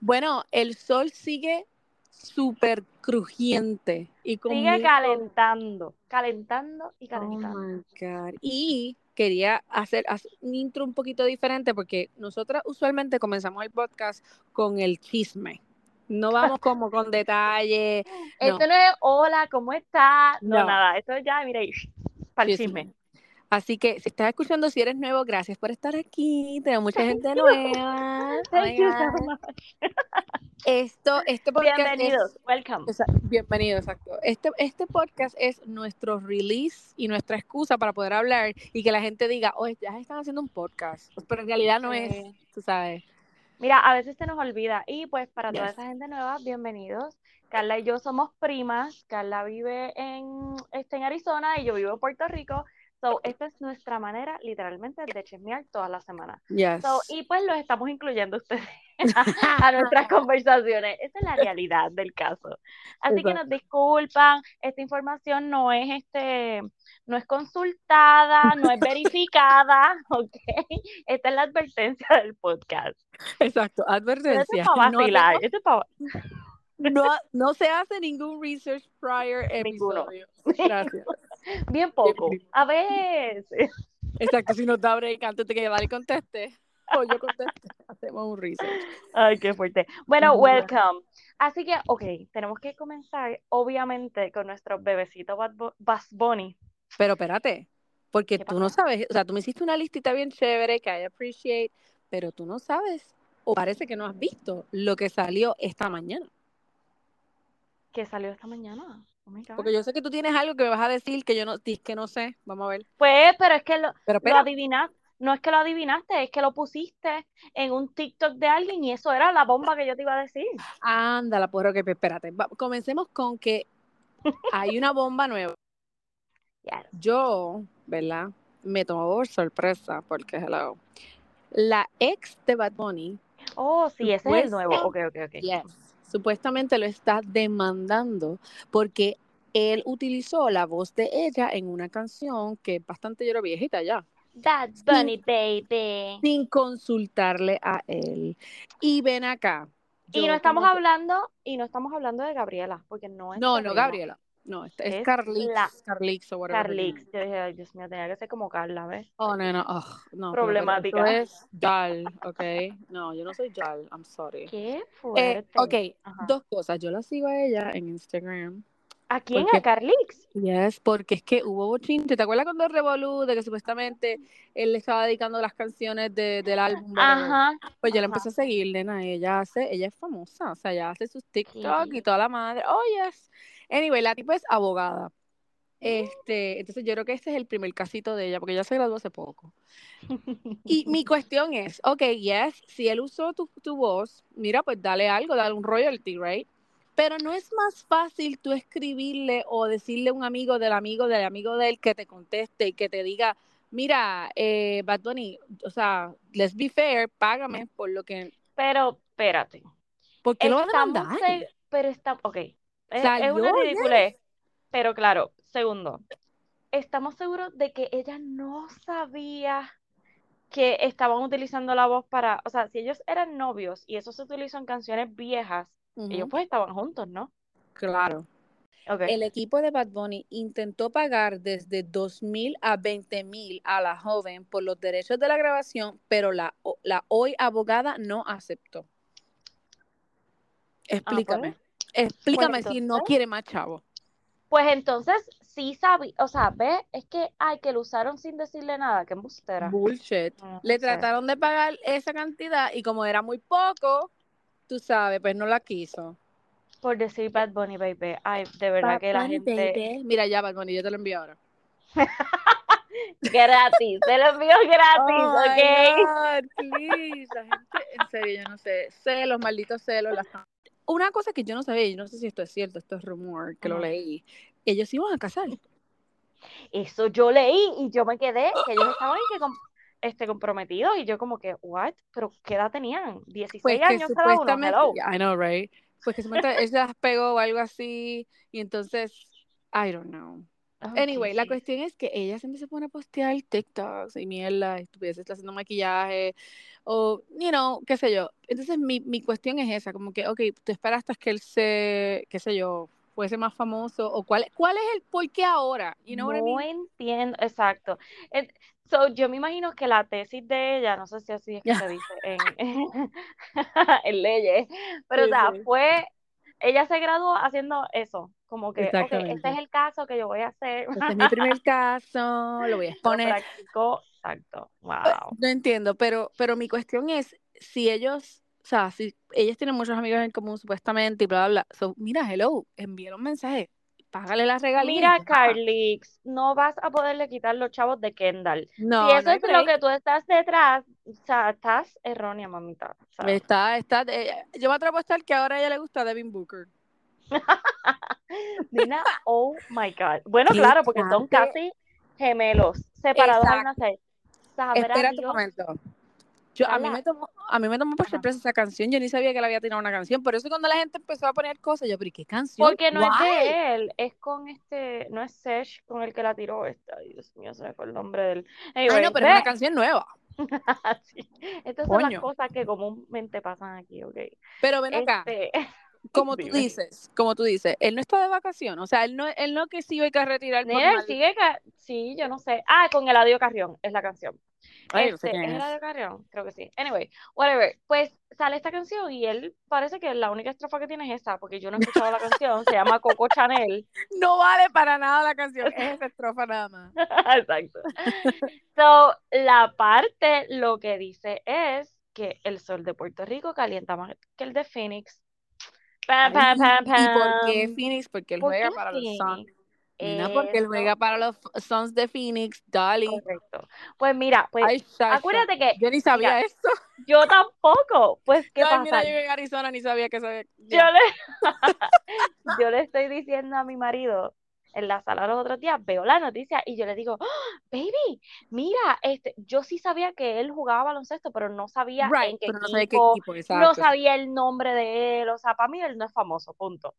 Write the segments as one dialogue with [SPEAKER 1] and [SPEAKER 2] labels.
[SPEAKER 1] Bueno, el sol sigue súper crujiente y con
[SPEAKER 2] Sigue
[SPEAKER 1] mil-
[SPEAKER 2] calentando, calentando y
[SPEAKER 1] Oh
[SPEAKER 2] calentando.
[SPEAKER 1] my God. Y quería hacer, hacer un intro un poquito diferente porque nosotras usualmente comenzamos el podcast con el chisme. No vamos como con detalle.
[SPEAKER 2] Esto no es hola, ¿cómo está? No,
[SPEAKER 1] No.
[SPEAKER 2] nada, esto es ya, mira, para el
[SPEAKER 1] chisme.
[SPEAKER 2] chisme.
[SPEAKER 1] Así que si estás escuchando, si eres nuevo, gracias por estar aquí. Tenemos mucha gente nueva.
[SPEAKER 2] Thank you
[SPEAKER 1] Oigan,
[SPEAKER 2] so much.
[SPEAKER 1] Esto, este podcast es-
[SPEAKER 2] Bienvenidos, welcome.
[SPEAKER 1] Esa- Bienvenido, exacto. Este, este podcast es nuestro release y nuestra excusa para poder hablar y que la gente diga, oh, ya están haciendo un podcast. Pero en realidad no es,
[SPEAKER 2] Sí.
[SPEAKER 1] tú sabes.
[SPEAKER 2] Mira, a veces se nos olvida. Y pues para toda
[SPEAKER 1] Yes.
[SPEAKER 2] esa gente nueva, bienvenidos. Carla y yo somos primas. Carla vive en, está en Arizona y yo vivo en Puerto Rico. So, esta es nuestra manera, literalmente, de chismear toda la semana.
[SPEAKER 1] Yes.
[SPEAKER 2] So, y pues los estamos incluyendo a ustedes a nuestras conversaciones. Esa es la realidad del caso. Así que nos disculpan, esta información no es este, no es consultada, no es verificada, ¿ok? Esta es la advertencia del podcast.
[SPEAKER 1] exacto,
[SPEAKER 2] Pero
[SPEAKER 1] advertencia.
[SPEAKER 2] Esto es para
[SPEAKER 1] No,
[SPEAKER 2] vacilar,
[SPEAKER 1] hacemos-
[SPEAKER 2] esto es para
[SPEAKER 1] no- no se hace ningún research prior
[SPEAKER 2] Ninguno.
[SPEAKER 1] episodio. Gracias.
[SPEAKER 2] bien poco,
[SPEAKER 1] Bien.
[SPEAKER 2] a veces.
[SPEAKER 1] Exacto, si nos da break antes de que Vale conteste o yo conteste, hacemos un research.
[SPEAKER 2] Ay, qué fuerte. Bueno,
[SPEAKER 1] Ujú.
[SPEAKER 2] welcome. Así que, ok, tenemos que comenzar, obviamente, con nuestro bebecito Bad Bu- Bad Bunny.
[SPEAKER 1] Pero espérate, porque
[SPEAKER 2] ¿Qué
[SPEAKER 1] tú no sabes, o sea, tú me hiciste una listita bien chévere que I appreciate, pero tú no sabes, o parece que no has visto lo que salió esta mañana.
[SPEAKER 2] que salió esta mañana. Oh my God.
[SPEAKER 1] Porque yo sé que tú tienes algo que me vas a decir que yo no, dis que no sé, vamos a ver.
[SPEAKER 2] Pues, pero es que lo,
[SPEAKER 1] Pero
[SPEAKER 2] lo
[SPEAKER 1] espera,
[SPEAKER 2] adivinaste. No es que lo adivinaste, es que lo pusiste en un TikTok de alguien y eso era la bomba que yo te iba a decir.
[SPEAKER 1] ándala, pues ok, pues, espérate. Va- comencemos con que hay una bomba nueva.
[SPEAKER 2] Yes.
[SPEAKER 1] Yo, ¿verdad? Me tomó por sorpresa, porque hello. La ex de Bad Bunny
[SPEAKER 2] Oh, sí, ese es el nuevo. Ok,
[SPEAKER 1] Supuesta-
[SPEAKER 2] ok, ok.
[SPEAKER 1] Yes. Supuestamente lo está demandando porque él utilizó la voz de ella en una canción que es bastante lloro viejita ya,
[SPEAKER 2] That bunny baby.
[SPEAKER 1] sin consultarle a él. Y ven acá.
[SPEAKER 2] y
[SPEAKER 1] yo
[SPEAKER 2] no estamos
[SPEAKER 1] como que-
[SPEAKER 2] hablando, y no estamos hablando de Gabriela, porque no es
[SPEAKER 1] No, no, Gabriela. No, es, es
[SPEAKER 2] Es
[SPEAKER 1] Carlix.
[SPEAKER 2] la-
[SPEAKER 1] Carlix o whatever. her
[SPEAKER 2] Carlix.
[SPEAKER 1] name.
[SPEAKER 2] Yo dije, ay, Dios mío, tenía que ser como Carla, ¿ves?
[SPEAKER 1] Oh, no, no. ugh, no pero
[SPEAKER 2] Problemática.
[SPEAKER 1] esto es Jal, ¿ok? No, yo no soy Jal. I'm sorry.
[SPEAKER 2] Qué
[SPEAKER 1] Eh,
[SPEAKER 2] fuerte.
[SPEAKER 1] ok,
[SPEAKER 2] Ajá.
[SPEAKER 1] dos cosas. Yo la sigo a ella en Instagram.
[SPEAKER 2] ¿A quién?
[SPEAKER 1] porque-
[SPEAKER 2] ¿A Carlix?
[SPEAKER 1] Yes, porque es que hubo bochinche. ¿Te acuerdas cuando Revolú, de que supuestamente él le estaba dedicando las canciones de- del álbum? whatever?
[SPEAKER 2] Ajá.
[SPEAKER 1] Pues yo la
[SPEAKER 2] ajá.
[SPEAKER 1] empecé a seguir, nena. y Ella hace, ella es famosa, o sea, ella hace sus TikTok
[SPEAKER 2] Sí.
[SPEAKER 1] y toda la madre. Oh, yes. Anyway, la tipa es
[SPEAKER 2] Uh.
[SPEAKER 1] abogada. Este, entonces yo creo que este es el primer casito de ella, porque ella se graduó hace poco. Y mi cuestión es, ok, yes, si él usó tu, tu voz, mira, pues dale algo, dale un royalty, right? Pero no es más fácil tú escribirle o decirle a un amigo del amigo del amigo de él que te conteste y que te diga, mira, eh, Bad Bunny, o sea, let's be fair, págame por lo que,
[SPEAKER 2] Pero, espérate.
[SPEAKER 1] porque lo va a
[SPEAKER 2] Estamos
[SPEAKER 1] demandar.
[SPEAKER 2] se- Pero está, ok. eh, Es,
[SPEAKER 1] sea,
[SPEAKER 2] es una
[SPEAKER 1] yo,
[SPEAKER 2] ridiculez. Pero claro, segundo, estamos seguros de que ella no sabía que estaban utilizando la voz para, o sea, si ellos eran novios y eso se utilizó en canciones viejas,
[SPEAKER 1] Ujú,
[SPEAKER 2] ellos pues estaban juntos, ¿no?
[SPEAKER 1] pues, Claro.
[SPEAKER 2] Ok.
[SPEAKER 1] El equipo de Bad Bunny intentó pagar desde 2.000 a 20.000 a la joven por los derechos de la grabación, pero la, o- la hoy abogada no aceptó.
[SPEAKER 2] Ah,
[SPEAKER 1] Explícame. Explícame
[SPEAKER 2] Bueno,
[SPEAKER 1] si no
[SPEAKER 2] entonces-
[SPEAKER 1] quiere más chavo.
[SPEAKER 2] Pues entonces sí sabía, o sea, ve, es que, ay, que lo usaron sin decirle nada, qué embustera.
[SPEAKER 1] Bullshit.
[SPEAKER 2] No
[SPEAKER 1] Le
[SPEAKER 2] sé.
[SPEAKER 1] trataron de pagar esa cantidad y como era muy poco, tú sabes, pues no la quiso.
[SPEAKER 2] Por decir Bad Bunny, baby. Ay, de verdad que la gente...
[SPEAKER 1] Mira ya, Bad Bunny, yo te lo envío ahora.
[SPEAKER 2] Gratis, se lo envío gratis,
[SPEAKER 1] Oh my
[SPEAKER 2] ¿ok?
[SPEAKER 1] God, please. La gente, en serio, yo no sé. Celos, malditos celos. las- Una cosa que yo no sabía, y no sé si esto es cierto, esto es rumor, que lo
[SPEAKER 2] Ajá.
[SPEAKER 1] leí. Ellos se iban a casar.
[SPEAKER 2] Eso yo leí y yo me quedé, que ellos estaban y que com- este, comprometidos y yo como que, what? ¿Pero qué edad tenían? 16
[SPEAKER 1] Pues que
[SPEAKER 2] años cada uno,
[SPEAKER 1] supuestamente.
[SPEAKER 2] hello.
[SPEAKER 1] I know, right? Pues que supuestamente él se las pegó o algo así. Y entonces, I don't know.
[SPEAKER 2] Oh,
[SPEAKER 1] Anyway,
[SPEAKER 2] sí,
[SPEAKER 1] la
[SPEAKER 2] sí.
[SPEAKER 1] cuestión es que ella siempre se pone a postear TikToks y mierda, estuviese está haciendo maquillaje o, you know, qué sé yo. Entonces, mi, mi cuestión es esa, como que, ok, tú esperas hasta que él se, qué sé yo, fuese más famoso o cuál, cuál es el por qué ahora, you know what I
[SPEAKER 2] no
[SPEAKER 1] mean?
[SPEAKER 2] entiendo, exacto. Et- so, yo me imagino que la tesis de ella, no sé si así es que se dice en, en, leyes, pero
[SPEAKER 1] Sí,
[SPEAKER 2] o sea,
[SPEAKER 1] sí.
[SPEAKER 2] fue, ella se graduó haciendo eso, como que, ok, este
[SPEAKER 1] Exactamente.
[SPEAKER 2] es el caso que yo voy a hacer,
[SPEAKER 1] Este es mi primer caso, lo voy a
[SPEAKER 2] lo
[SPEAKER 1] exponer.
[SPEAKER 2] practicó, exacto, wow.
[SPEAKER 1] No entiendo, pero, pero mi cuestión es si ellos, o sea, si ellas tienen muchos amigos en común supuestamente y bla, bla, bla. So, mira, hello, envíale un mensaje, págale las regalías. y
[SPEAKER 2] Mira,
[SPEAKER 1] ya.
[SPEAKER 2] Carlix, no vas a poderle quitar los chavos de Kendall.
[SPEAKER 1] No,
[SPEAKER 2] si eso
[SPEAKER 1] no hay
[SPEAKER 2] es lo
[SPEAKER 1] break.
[SPEAKER 2] que tú estás detrás, o sea, estás errónea, mamita. o sea.
[SPEAKER 1] Está, está, eh, yo me atrevo a estar que ahora a ella le gusta Devin Booker.
[SPEAKER 2] Nina, oh my God. Bueno,
[SPEAKER 1] Qué
[SPEAKER 2] claro, porque son
[SPEAKER 1] chate.
[SPEAKER 2] casi gemelos, separados al nacer. Sabrá
[SPEAKER 1] Espera tu
[SPEAKER 2] Dios.
[SPEAKER 1] momento. Yo, a, mí
[SPEAKER 2] Hola.
[SPEAKER 1] me tomó, a mí me tomó por
[SPEAKER 2] Ajá.
[SPEAKER 1] sorpresa esa canción. Yo ni sabía que le había tirado una canción. Por eso cuando la gente empezó a poner cosas, yo, pero ¿y qué canción?
[SPEAKER 2] Porque no es
[SPEAKER 1] Guau.
[SPEAKER 2] de él, es con este, no es Sesh con el que la tiró esta. Ay, Dios mío, se me fue el nombre del.
[SPEAKER 1] Ay,
[SPEAKER 2] Anyway,
[SPEAKER 1] no, pero
[SPEAKER 2] ve.
[SPEAKER 1] es una canción nueva.
[SPEAKER 2] Sí. Estas son las
[SPEAKER 1] Coño.
[SPEAKER 2] cosas que comúnmente pasan aquí, ¿ok?
[SPEAKER 1] Pero ven acá.
[SPEAKER 2] Este,
[SPEAKER 1] como tú
[SPEAKER 2] dime.
[SPEAKER 1] dices, como tú dices, él no está de vacación, o sea, él no, él no que se iba a ir a retirar por
[SPEAKER 2] Nena,
[SPEAKER 1] mal-
[SPEAKER 2] sigue, ca- sí, yo no sé. Ah, con Eladio Carrión, es la canción.
[SPEAKER 1] Ay, no sé
[SPEAKER 2] Este,
[SPEAKER 1] quién
[SPEAKER 2] ¿es
[SPEAKER 1] es.
[SPEAKER 2] Eladio Carrión? Creo que sí. Anyway, whatever. Pues sale esta canción y él parece que la única estrofa que tiene es esa, porque yo no he escuchado la canción, se llama Coco Chanel.
[SPEAKER 1] No vale para nada la canción, es esa estrofa nada más.
[SPEAKER 2] Exacto. So, la parte lo que dice es que el sol de Puerto Rico calienta más que el de Phoenix. Pam,
[SPEAKER 1] Ay,
[SPEAKER 2] pam, pam,
[SPEAKER 1] ¿Y por qué
[SPEAKER 2] pam.
[SPEAKER 1] Phoenix? Porque él
[SPEAKER 2] ¿Por qué
[SPEAKER 1] juega para los Suns.
[SPEAKER 2] Phoenix?
[SPEAKER 1] Nena, porque él
[SPEAKER 2] Eso.
[SPEAKER 1] juega para los Suns de Phoenix, Dolly.
[SPEAKER 2] Correcto. Pues mira, pues
[SPEAKER 1] Ay, Sasha.
[SPEAKER 2] acuérdate que
[SPEAKER 1] Yo ni sabía
[SPEAKER 2] mira,
[SPEAKER 1] esto.
[SPEAKER 2] yo tampoco, pues ¿qué
[SPEAKER 1] Ay,
[SPEAKER 2] pasa?
[SPEAKER 1] mira, yo llegué a Arizona, ni sabía que sabía.
[SPEAKER 2] Yo le, yo le estoy diciendo a mi marido en la sala los otros días, veo la noticia y yo le digo, "Ah, baby, mira, este, yo sí sabía que él jugaba baloncesto, pero no sabía en
[SPEAKER 1] Right,
[SPEAKER 2] qué
[SPEAKER 1] pero no sabía qué
[SPEAKER 2] equipo,
[SPEAKER 1] equipo,
[SPEAKER 2] no
[SPEAKER 1] exacto.
[SPEAKER 2] sabía el nombre de él, o sea, para mí él no es famoso, punto.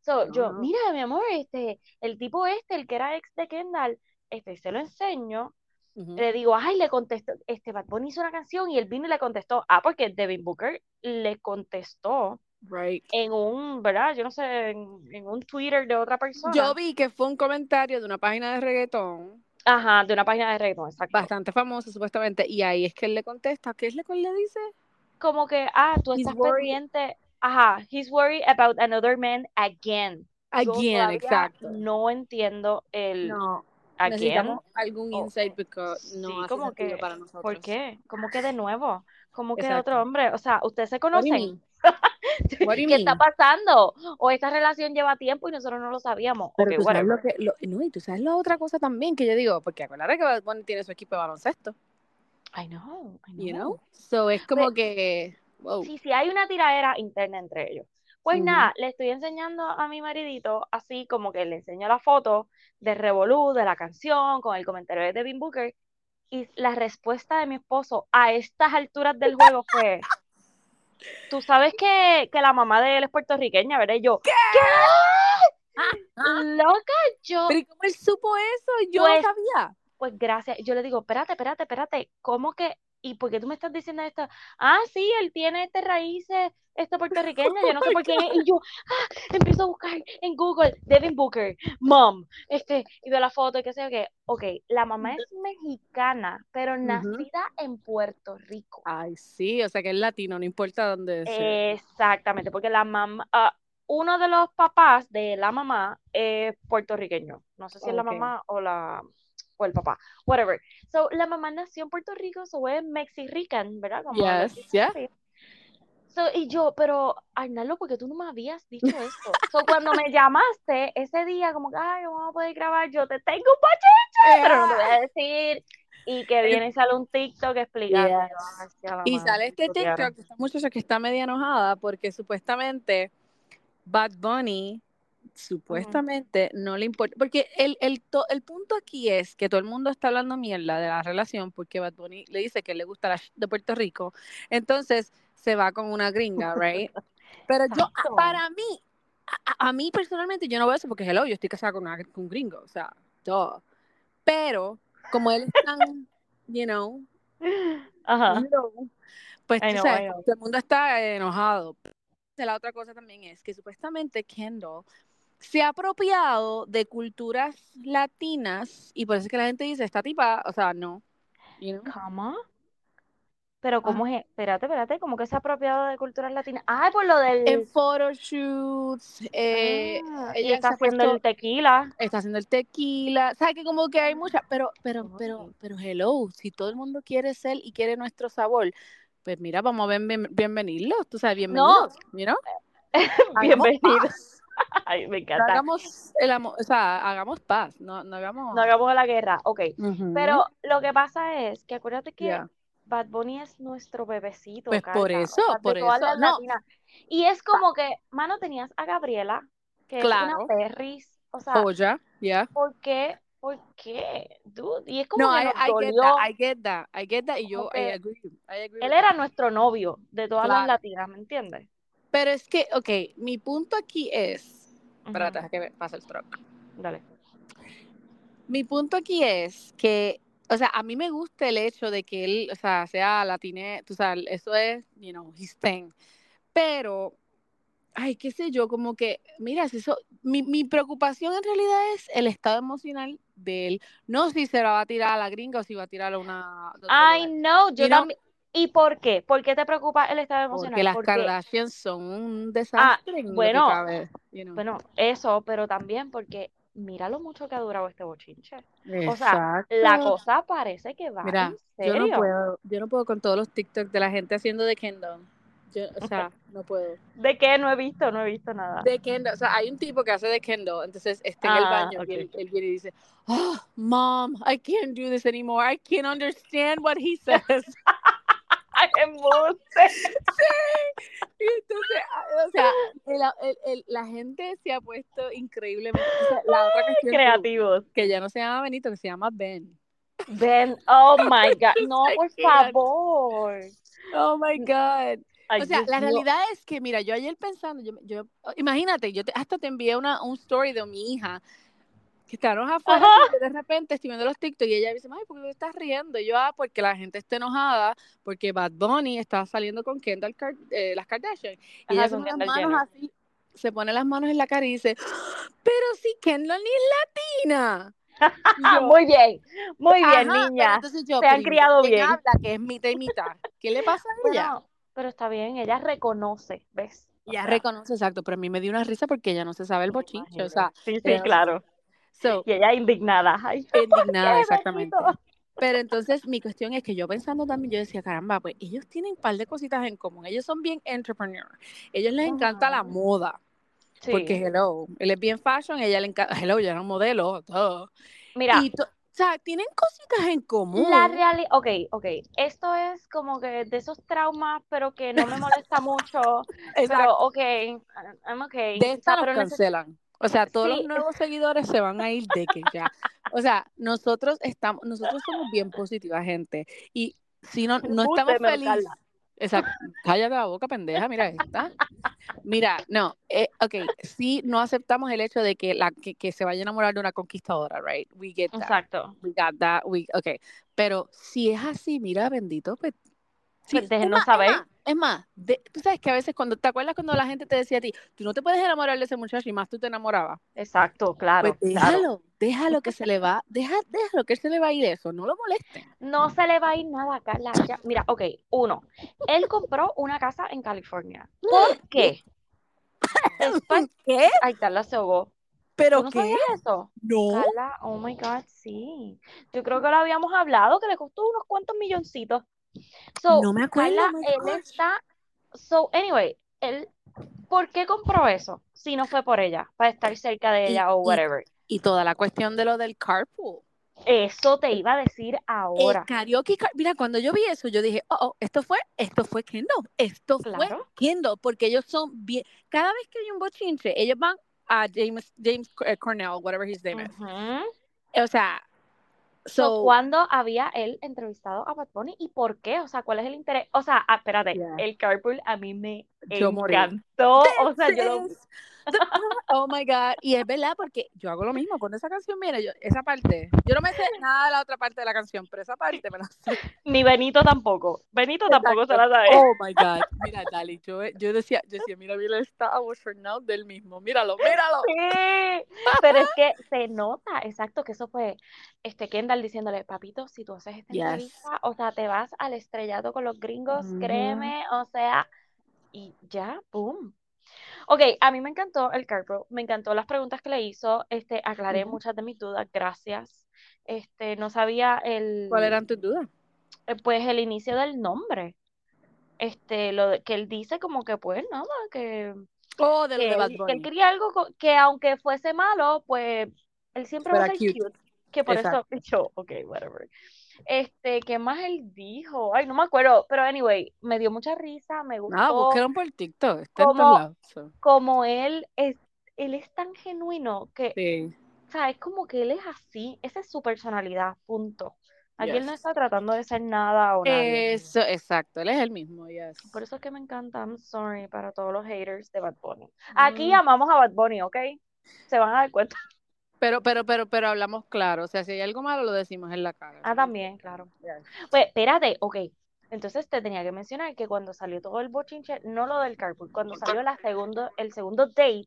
[SPEAKER 2] So, yo,
[SPEAKER 1] Ah.
[SPEAKER 2] mira, mi amor, este, el tipo este, el que era ex de Kendall, este, se lo enseño,
[SPEAKER 1] Ujú.
[SPEAKER 2] le digo, ay, le contesto, este, Bad Bunny hizo una canción y él vino y le contestó, ah, porque Devin Booker le contestó
[SPEAKER 1] Right.
[SPEAKER 2] en un, ¿verdad? Yo no sé, en, en un Twitter de otra persona.
[SPEAKER 1] Yo vi que fue un comentario de una página de reggaetón.
[SPEAKER 2] Ajá, de una página de reggaetón, exacto.
[SPEAKER 1] bastante famoso supuestamente, y ahí es que él le contesta, ¿qué es lo que él le dice?
[SPEAKER 2] Como que, ah, tú
[SPEAKER 1] He's
[SPEAKER 2] estás
[SPEAKER 1] worried.
[SPEAKER 2] pendiente. Ajá, he's worried about another man again. Yo
[SPEAKER 1] Again,
[SPEAKER 2] todavía
[SPEAKER 1] exacto.
[SPEAKER 2] no entiendo el
[SPEAKER 1] No,
[SPEAKER 2] again.
[SPEAKER 1] necesitamos algún
[SPEAKER 2] Oh,
[SPEAKER 1] insight because
[SPEAKER 2] sí,
[SPEAKER 1] no hace
[SPEAKER 2] como
[SPEAKER 1] sentido
[SPEAKER 2] que,
[SPEAKER 1] para
[SPEAKER 2] ¿por
[SPEAKER 1] nosotros.
[SPEAKER 2] qué? ¿Cómo que de nuevo? ¿Cómo que
[SPEAKER 1] Exacto.
[SPEAKER 2] otro hombre? O sea, ¿ustedes se
[SPEAKER 1] What do you
[SPEAKER 2] conocen?
[SPEAKER 1] mean? What do you
[SPEAKER 2] ¿Qué está
[SPEAKER 1] mean?
[SPEAKER 2] pasando? ¿O esta relación lleva tiempo y nosotros no lo sabíamos?
[SPEAKER 1] Pero pues,
[SPEAKER 2] Ok,
[SPEAKER 1] tú sabes
[SPEAKER 2] whatever.
[SPEAKER 1] lo que... lo- no, y tú sabes la otra cosa también que yo digo, porque acuérdate que Bad Bunny tiene su equipo de baloncesto,
[SPEAKER 2] I know, I
[SPEAKER 1] you
[SPEAKER 2] know.
[SPEAKER 1] know? So es como que... Wow.
[SPEAKER 2] Pues Sí, sí, hay una tiradera interna entre ellos. Pues
[SPEAKER 1] Ujú.
[SPEAKER 2] nada, le estoy enseñando a mi maridito, así como que le enseño la foto de Revolú, de la canción, con el comentario de Devin Booker, y la respuesta de mi esposo a estas alturas del juego fue, tú sabes que, que la mamá de él es puertorriqueña, ¿verdad? Y yo,
[SPEAKER 1] Ah,
[SPEAKER 2] loca, yo,
[SPEAKER 1] Pero ¿y cómo él supo eso? Yo
[SPEAKER 2] Pues-
[SPEAKER 1] no sabía.
[SPEAKER 2] pues gracias. Yo le digo, espérate, espérate, espérate, ¿cómo que? ¿Y por qué tú me estás diciendo esto? Ah, sí, él tiene este raíces, esta puertorriqueña, yo no sé por qué. Y yo, ah, empiezo a buscar en Google, Devin Booker, mom, este, y veo la foto y qué sé yo qué. Ok, la mamá es mexicana, pero nacida en Puerto Rico.
[SPEAKER 1] Ay, sí, o sea que es latino, no importa dónde sea.
[SPEAKER 2] Eh, Exactamente, porque la mamá, ah, uno de los papás de la mamá es puertorriqueño. No sé si es la
[SPEAKER 1] Ok.
[SPEAKER 2] mamá o la o el papá, whatever. So, la mamá nació en Puerto Rico, so es Mexican, ¿verdad? Como algo así.
[SPEAKER 1] Yes, yeah.
[SPEAKER 2] So, y yo, pero Arnaldo, porque tú no me habías dicho esto. So, cuando me llamaste ese día, como que, ay, no vamos a poder grabar, yo te tengo un pache,
[SPEAKER 1] Eh,
[SPEAKER 2] pero no te voy a decir. Y que viene y sale un TikTok explicando.
[SPEAKER 1] Yes.
[SPEAKER 2] Yo, ay, sea la
[SPEAKER 1] Y
[SPEAKER 2] madre,
[SPEAKER 1] sale este
[SPEAKER 2] Diana.
[SPEAKER 1] TikTok de esta muchacha que está media enojada porque supuestamente Bad Bunny supuestamente no le importa, porque el, el, to- el punto aquí es que todo el mundo está hablando mierda de la relación porque Bad Bunny le dice que le gusta la sh- de Puerto Rico, entonces se va con una gringa, right? Pero yo,
[SPEAKER 2] Exacto.
[SPEAKER 1] para mí, a, a- a mí personalmente yo no veo eso porque hello, yo estoy casada con, una- con un gringo, o sea, duh. Pero, como él es tan, you know,
[SPEAKER 2] Ajá.
[SPEAKER 1] low, pues
[SPEAKER 2] I
[SPEAKER 1] tú
[SPEAKER 2] know,
[SPEAKER 1] sabes,
[SPEAKER 2] I know.
[SPEAKER 1] todo el mundo está enojado. La otra cosa también es que supuestamente Kendall se ha apropiado de culturas latinas y por eso es que la gente dice, esta tipa, o sea, no. you know.
[SPEAKER 2] ¿Cómo?
[SPEAKER 1] Ah.
[SPEAKER 2] Pero cómo es, espérate, espérate, como que se ha apropiado de culturas latinas. Ay, por lo del
[SPEAKER 1] En photoshoots, eh,
[SPEAKER 2] Ah, y
[SPEAKER 1] ella
[SPEAKER 2] está
[SPEAKER 1] se ha
[SPEAKER 2] haciendo
[SPEAKER 1] puesto-
[SPEAKER 2] el tequila.
[SPEAKER 1] está haciendo el tequila, o sea, que como que hay muchas, pero, pero, pero, pero hello, si todo el mundo quiere ser y quiere nuestro sabor, pues mira, vamos a bien, bien- bienvenirlos, tú sabes, bienvenidos, mira. Hagamos
[SPEAKER 2] Bienvenido.
[SPEAKER 1] paz,
[SPEAKER 2] Ay, me
[SPEAKER 1] no
[SPEAKER 2] encanta.
[SPEAKER 1] hagamos el amor, o sea, hagamos paz, no, no hagamos...
[SPEAKER 2] No hagamos la guerra. Ok.
[SPEAKER 1] Ujú,
[SPEAKER 2] Pero lo que pasa es que acuérdate que
[SPEAKER 1] ya.
[SPEAKER 2] Bad Bunny es nuestro bebecito,
[SPEAKER 1] Pues por
[SPEAKER 2] Carla, o
[SPEAKER 1] eso,
[SPEAKER 2] sea, de
[SPEAKER 1] por
[SPEAKER 2] todas
[SPEAKER 1] eso,
[SPEAKER 2] las
[SPEAKER 1] no.
[SPEAKER 2] latinas. Y es como que, mano, tenías a Gabriela, que es
[SPEAKER 1] Claro.
[SPEAKER 2] una perris, o sea,
[SPEAKER 1] Joya, ya.
[SPEAKER 2] ¿por qué? ¿Por qué? Dude, y es como
[SPEAKER 1] No,
[SPEAKER 2] que
[SPEAKER 1] I,
[SPEAKER 2] nos
[SPEAKER 1] I get
[SPEAKER 2] dolió.
[SPEAKER 1] that, I get that, I get that, y yo,
[SPEAKER 2] Como que
[SPEAKER 1] I agree, I agree
[SPEAKER 2] Él
[SPEAKER 1] with
[SPEAKER 2] era
[SPEAKER 1] that.
[SPEAKER 2] nuestro novio de todas las
[SPEAKER 1] Claro.
[SPEAKER 2] latinas, ¿me entiendes?
[SPEAKER 1] Pero es que, ok, mi punto aquí es,
[SPEAKER 2] Ujú,
[SPEAKER 1] espérate, deja que me pase el truck.
[SPEAKER 2] Dale.
[SPEAKER 1] Mi punto aquí es que, o sea, a mí me gusta el hecho de que él, o sea, sea latine, tú sabes, eso es, you know, his thing. Pero, ay, qué sé yo, como que, mira, si eso, mi, mi preocupación en realidad es el estado emocional de él. No si se la va a tirar a la gringa o si va a tirar a una...
[SPEAKER 2] I know, yo
[SPEAKER 1] You know?
[SPEAKER 2] también. ¿Y por qué? ¿Por qué te preocupa el estado emocional?
[SPEAKER 1] Porque las
[SPEAKER 2] Porque- Ah,
[SPEAKER 1] Kardashians son un desastre. en lo que
[SPEAKER 2] bueno,
[SPEAKER 1] cabe, you know.
[SPEAKER 2] Bueno, eso, pero también porque mira lo mucho que ha durado este bochinche. O sea,
[SPEAKER 1] Exacto.
[SPEAKER 2] la cosa parece que va
[SPEAKER 1] Mira,
[SPEAKER 2] en
[SPEAKER 1] yo
[SPEAKER 2] serio.
[SPEAKER 1] no puedo, yo no puedo con todos los TikTok de la gente haciendo de Kendall. Yo, o sea, no puedo.
[SPEAKER 2] ¿De qué? No he visto, no he visto nada.
[SPEAKER 1] De Kendall, o sea, hay un tipo que hace de Kendall, entonces está en el
[SPEAKER 2] Ah,
[SPEAKER 1] baño y él, él viene y dice, oh, mom, I can't do this anymore, I can't understand what he says.
[SPEAKER 2] ¡Ay, embuste!
[SPEAKER 1] Y entonces, o sea, el- el- el- la gente se ha puesto increíblemente, o sea, la otra cuestión que-
[SPEAKER 2] Creativos.
[SPEAKER 1] que ya no se llama Benito, que se llama Ben.
[SPEAKER 2] Ben, oh my God. No,
[SPEAKER 1] I
[SPEAKER 2] por
[SPEAKER 1] can't.
[SPEAKER 2] favor.
[SPEAKER 1] Oh my God.
[SPEAKER 2] Ay,
[SPEAKER 1] O sea,
[SPEAKER 2] Dios
[SPEAKER 1] la
[SPEAKER 2] mío.
[SPEAKER 1] realidad es que, mira, yo ayer pensando, yo, yo- oh, imagínate, yo te- hasta te envié una, un story de mi hija que está enojada
[SPEAKER 2] Ajá.
[SPEAKER 1] de repente estoy viendo los TikTok y ella me dice, ay, ¿por qué te estás riendo? Y yo, ah, porque la gente está enojada porque Bad Bunny está saliendo con Kendall, Kar- eh, las Kardashian. Y
[SPEAKER 2] Ajá,
[SPEAKER 1] ella se
[SPEAKER 2] con
[SPEAKER 1] pone las
[SPEAKER 2] Kendall
[SPEAKER 1] manos
[SPEAKER 2] Jenner.
[SPEAKER 1] así, se pone las manos en la cara y dice, pero si Kendall ni es latina. Y
[SPEAKER 2] Ah,
[SPEAKER 1] yo,
[SPEAKER 2] muy bien, muy bien,
[SPEAKER 1] "Ajá, pero
[SPEAKER 2] niña.
[SPEAKER 1] entonces yo,
[SPEAKER 2] se han
[SPEAKER 1] "Pero, ¿y
[SPEAKER 2] criado
[SPEAKER 1] quién
[SPEAKER 2] bien".
[SPEAKER 1] habla que es mitad y mitad? ¿Qué le pasa a ella?
[SPEAKER 2] Bueno, pero está bien, ella reconoce, ¿ves? O
[SPEAKER 1] Ya
[SPEAKER 2] sea,
[SPEAKER 1] reconoce, exacto, pero a mí me dio una risa porque ella no se sabe el bochinche, o sea,
[SPEAKER 2] Sí,
[SPEAKER 1] ella
[SPEAKER 2] sí,
[SPEAKER 1] no se-
[SPEAKER 2] claro.
[SPEAKER 1] so,
[SPEAKER 2] Y ella indignada. Ay,
[SPEAKER 1] indignada,
[SPEAKER 2] qué
[SPEAKER 1] exactamente.
[SPEAKER 2] bonito.
[SPEAKER 1] Pero entonces mi cuestión es que yo pensando también, yo decía, caramba, pues ellos tienen un par de cositas en común, ellos son bien entrepreneur, ellos les encanta la
[SPEAKER 2] Ujú.
[SPEAKER 1] moda,
[SPEAKER 2] Sí.
[SPEAKER 1] porque hello, él es bien fashion, ella le encanta, hello, ella era un modelo, duh.
[SPEAKER 2] Mira,
[SPEAKER 1] Y to- o sea, tienen cositas en común.
[SPEAKER 2] la realidad, ok, ok, esto es como que de esos traumas, pero que no me molesta mucho,
[SPEAKER 1] Exacto.
[SPEAKER 2] pero ok, I'm okay,
[SPEAKER 1] De
[SPEAKER 2] o sea,
[SPEAKER 1] esta nos
[SPEAKER 2] pero neces-
[SPEAKER 1] cancelan. O sea, todos
[SPEAKER 2] Sí.
[SPEAKER 1] los nuevos seguidores se van a ir de que ya. O sea, nosotros estamos, nosotros somos bien positiva gente. Y si no, no estamos
[SPEAKER 2] Embústemelo,
[SPEAKER 1] felices.
[SPEAKER 2] Carla.
[SPEAKER 1] Exacto. Cállate la boca, pendeja, mira esta. Mira, no, eh, ok, sí no aceptamos el hecho de que la que, que se vaya a enamorar de una conquistadora, right? We get that.
[SPEAKER 2] Exacto,
[SPEAKER 1] We got that. We, okay. Pero si es así, mira, bendito, pues. sí,
[SPEAKER 2] Pues déjenos
[SPEAKER 1] es más,
[SPEAKER 2] saber.
[SPEAKER 1] Es más, es más, de- tú sabes que a veces cuando te acuerdas cuando la gente te decía a ti, tú no te puedes enamorar de ese muchacho y más tú te enamorabas.
[SPEAKER 2] exacto, claro,
[SPEAKER 1] Pues
[SPEAKER 2] claro.
[SPEAKER 1] déjalo, déjalo que se le va, deja, déjalo que se le va a ir eso, no lo molesten.
[SPEAKER 2] No se le va a ir nada, Carla. ya. Mira, ok, uno, él compró una casa en California. ¿Por qué? Después,
[SPEAKER 1] ¿Qué?
[SPEAKER 2] ay, Carla se ahogó.
[SPEAKER 1] ¿Pero
[SPEAKER 2] ¿Tú no
[SPEAKER 1] qué?
[SPEAKER 2] sabías eso?
[SPEAKER 1] No.
[SPEAKER 2] Carla, oh my God, sí. Yo creo que lo habíamos hablado, que le costó unos cuantos milloncitos. So,
[SPEAKER 1] No me acuerdo,
[SPEAKER 2] Carla,
[SPEAKER 1] oh my
[SPEAKER 2] él
[SPEAKER 1] gosh.
[SPEAKER 2] está. So, anyway, él, ¿por qué compró eso? Si no fue por ella, para estar cerca de
[SPEAKER 1] Y-
[SPEAKER 2] ella o
[SPEAKER 1] y-
[SPEAKER 2] whatever.
[SPEAKER 1] Y toda la cuestión de lo del carpool.
[SPEAKER 2] Eso te iba a decir
[SPEAKER 1] El
[SPEAKER 2] ahora.
[SPEAKER 1] karaoke, car- mira, cuando yo vi eso, yo dije, oh, oh, esto fue, esto fue Kendall, esto fue
[SPEAKER 2] Claro.
[SPEAKER 1] Kendall, porque ellos son bien, cada vez que hay un bochinche, ellos van a James, James eh, Cornell, whatever his name is.
[SPEAKER 2] Ujú.
[SPEAKER 1] O sea,
[SPEAKER 2] So,
[SPEAKER 1] so,
[SPEAKER 2] ¿cuándo había él entrevistado a Bad Bunny y por qué? O sea, ¿cuál es el interés? O sea, ah, espérate,
[SPEAKER 1] Yeah.
[SPEAKER 2] el carpool a mí me
[SPEAKER 1] Yo morí.
[SPEAKER 2] encantó. O sea, yo lo-
[SPEAKER 1] This is the- Oh my God. Y es verdad, porque yo hago lo mismo con esa canción. Mira, yo, esa parte. Yo no me sé nada de la otra parte de la canción, pero esa parte me la sé.
[SPEAKER 2] ni Benito tampoco. Benito tampoco se la sabe.
[SPEAKER 1] Oh my God. Mira, Dali, yo, yo decía, yo decía, mira, mira, está abochornado del mismo. Míralo, míralo.
[SPEAKER 2] Sí, pero es que se nota, exacto, que eso fue este Kendall diciéndole, papito, si tú haces esta
[SPEAKER 1] Yes. Mm.
[SPEAKER 2] entrevista, o sea, te vas al estrellato con los gringos,
[SPEAKER 1] Ujú.
[SPEAKER 2] créeme, o sea, y ya, boom. Ok, a mí me encantó el carpro, me encantó las preguntas que le hizo, este, aclaré
[SPEAKER 1] Ujú.
[SPEAKER 2] muchas de mis dudas, gracias. Este, no sabía el,
[SPEAKER 1] ¿Cuáles eran tus dudas?
[SPEAKER 2] eh, pues el inicio del nombre. Este, lo de- que él dice como que pues nada, que
[SPEAKER 1] Oh, de lo
[SPEAKER 2] que
[SPEAKER 1] de Bad
[SPEAKER 2] él, que él
[SPEAKER 1] Bunny.
[SPEAKER 2] quería algo co- que aunque fuese malo, pues él siempre va a
[SPEAKER 1] Fuera
[SPEAKER 2] ser cute. Que por
[SPEAKER 1] Exacto.
[SPEAKER 2] eso yo, ok, whatever. Este, ¿qué más él dijo? Ay, no me acuerdo, pero anyway, me dio mucha risa, me
[SPEAKER 1] Ah,
[SPEAKER 2] gustó
[SPEAKER 1] buscaron por TikTok. Está en
[SPEAKER 2] Como-
[SPEAKER 1] todos lados. so.
[SPEAKER 2] como él es, él es tan genuino que,
[SPEAKER 1] Sí.
[SPEAKER 2] o sea, es como que él es así, esa es su personalidad, punto. Aquí él no
[SPEAKER 1] Yes.
[SPEAKER 2] está tratando de ser nada o nadie.
[SPEAKER 1] Eso, exacto. Él es el mismo, yes.
[SPEAKER 2] Por eso es que me encanta, I'm sorry, para todos los haters de Bad Bunny.
[SPEAKER 1] Mm.
[SPEAKER 2] Aquí amamos a Bad Bunny, ¿ok? Se van a dar cuenta.
[SPEAKER 1] Pero, pero, pero, pero hablamos claro. O sea, si hay algo malo, lo decimos en la cara.
[SPEAKER 2] Ah, también, claro.
[SPEAKER 1] Yes.
[SPEAKER 2] Pues, espérate, ok. Entonces te tenía que mencionar que cuando salió todo el bochinche, no lo del carpool, cuando salió la segundo, el segundo date,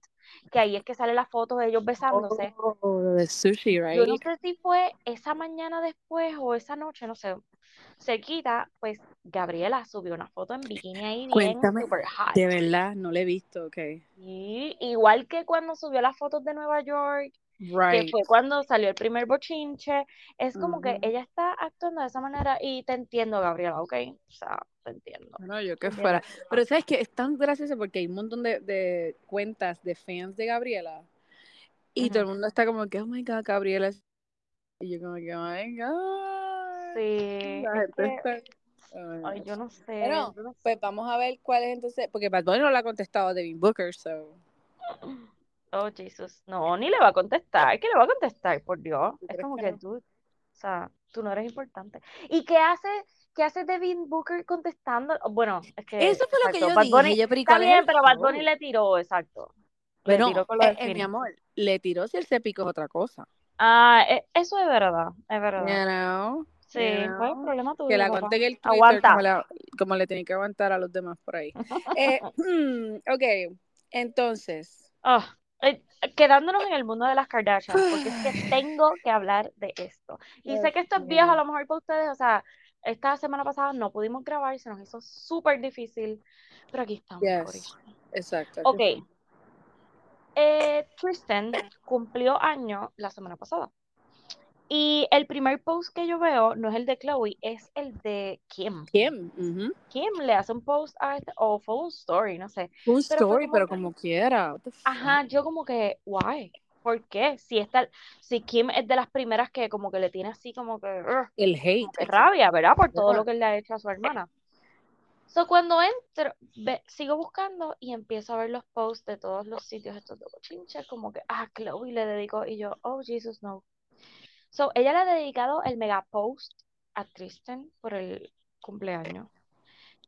[SPEAKER 2] que ahí es que sale la foto de ellos besándose.
[SPEAKER 1] Oh, lo de sushi,
[SPEAKER 2] Yo no
[SPEAKER 1] right?
[SPEAKER 2] sé si fue esa mañana después o esa noche, no sé. Cerquita, pues Gabriela subió una foto en bikini ahí bien
[SPEAKER 1] Cuéntame,
[SPEAKER 2] super hot.
[SPEAKER 1] De verdad, no lo he visto, ok.
[SPEAKER 2] Y igual que cuando subió las fotos de Nueva York, que
[SPEAKER 1] Right. Mm.
[SPEAKER 2] fue cuando salió el primer bochinche, es como que
[SPEAKER 1] Ujú.
[SPEAKER 2] ella está actuando de esa manera y te entiendo, Gabriela, ¿ok? O sea, te entiendo.
[SPEAKER 1] Bueno, yo
[SPEAKER 2] te
[SPEAKER 1] que
[SPEAKER 2] entiendo.
[SPEAKER 1] fuera. Pero sabes que es tan gracioso porque hay un montón de, de cuentas de fans de Gabriela y
[SPEAKER 2] Ujú.
[SPEAKER 1] todo el mundo está como que, oh my god, Gabriela. es-". Y yo como que, oh my god.
[SPEAKER 2] Sí,
[SPEAKER 1] La
[SPEAKER 2] es
[SPEAKER 1] gente
[SPEAKER 2] que,
[SPEAKER 1] está... Ay,
[SPEAKER 2] ay, yo no sé,
[SPEAKER 1] Bueno,
[SPEAKER 2] yo no sé.
[SPEAKER 1] Pues vamos a ver cuál es entonces, porque Bad Bunny no le ha contestado a Devin Booker, so.
[SPEAKER 2] Oh, Jesús. No, ni le va a contestar. ¿Qué le va a contestar? Por Dios. Es
[SPEAKER 1] crees
[SPEAKER 2] como
[SPEAKER 1] que
[SPEAKER 2] que
[SPEAKER 1] no?
[SPEAKER 2] tú, o sea, tú no eres importante. ¿Y qué hace, qué hace Devin Booker contestando? Oh, Bueno, es que,
[SPEAKER 1] Eso fue lo que
[SPEAKER 2] Eh, exacto,
[SPEAKER 1] yo
[SPEAKER 2] Bad
[SPEAKER 1] dije,
[SPEAKER 2] Bunny-
[SPEAKER 1] yo, pero ¿y
[SPEAKER 2] está
[SPEAKER 1] cuál es
[SPEAKER 2] bien,
[SPEAKER 1] el
[SPEAKER 2] pero Bad
[SPEAKER 1] show?
[SPEAKER 2] Bunny le tiró, exacto. Le
[SPEAKER 1] Bueno,
[SPEAKER 2] tiró con lo
[SPEAKER 1] eh,
[SPEAKER 2] del
[SPEAKER 1] eh, mi
[SPEAKER 2] fin.
[SPEAKER 1] amor, le tiró si el se picó es otra cosa.
[SPEAKER 2] Ah, e- eso es verdad, es
[SPEAKER 1] You
[SPEAKER 2] verdad.
[SPEAKER 1] know,
[SPEAKER 2] Sí,
[SPEAKER 1] you
[SPEAKER 2] pues
[SPEAKER 1] know.
[SPEAKER 2] problema
[SPEAKER 1] Que
[SPEAKER 2] tuyo,
[SPEAKER 1] la
[SPEAKER 2] papá.
[SPEAKER 1] aguante en el Twitter
[SPEAKER 2] Aguanta.
[SPEAKER 1] como, la- como le tienen que aguantar a los demás por ahí. Eh, ok, entonces,
[SPEAKER 2] Ah, eh, quedándonos en el mundo de las Kardashians, porque es que tengo que hablar de esto. Y sé que esto es viejo a lo mejor para ustedes, o sea, esta semana pasada no pudimos grabar, se nos hizo súper difícil, pero aquí estamos,
[SPEAKER 1] yes,
[SPEAKER 2] Corillo.
[SPEAKER 1] exacto. aquí
[SPEAKER 2] Ok, eh, Tristan cumplió año la semana pasada. Y el primer post que yo veo no es el de Chloe, es el de Kim.
[SPEAKER 1] ¿Quién? Ujú.
[SPEAKER 2] Kim le hace un post a este, o fue un story, no sé.
[SPEAKER 1] Un
[SPEAKER 2] Pero fue
[SPEAKER 1] story,
[SPEAKER 2] como
[SPEAKER 1] pero
[SPEAKER 2] que,
[SPEAKER 1] como quiera. what the fuck.
[SPEAKER 2] ajá, yo como que, why? ¿Por qué? Si esta, si Kim es de las primeras que como que le tiene así como que, "Ugh",
[SPEAKER 1] El hate.
[SPEAKER 2] como que
[SPEAKER 1] es que-
[SPEAKER 2] rabia, Eh, ¿verdad? Por todo
[SPEAKER 1] Yeah.
[SPEAKER 2] lo que él le ha hecho a su hermana. So cuando entro, ve- sigo buscando y empiezo a ver los posts de todos los sitios estos de bochinches, como que, ah, Chloe le dedicó, y yo, oh, Jesus, no. So ella le ha dedicado el mega post a Tristan por el cumpleaños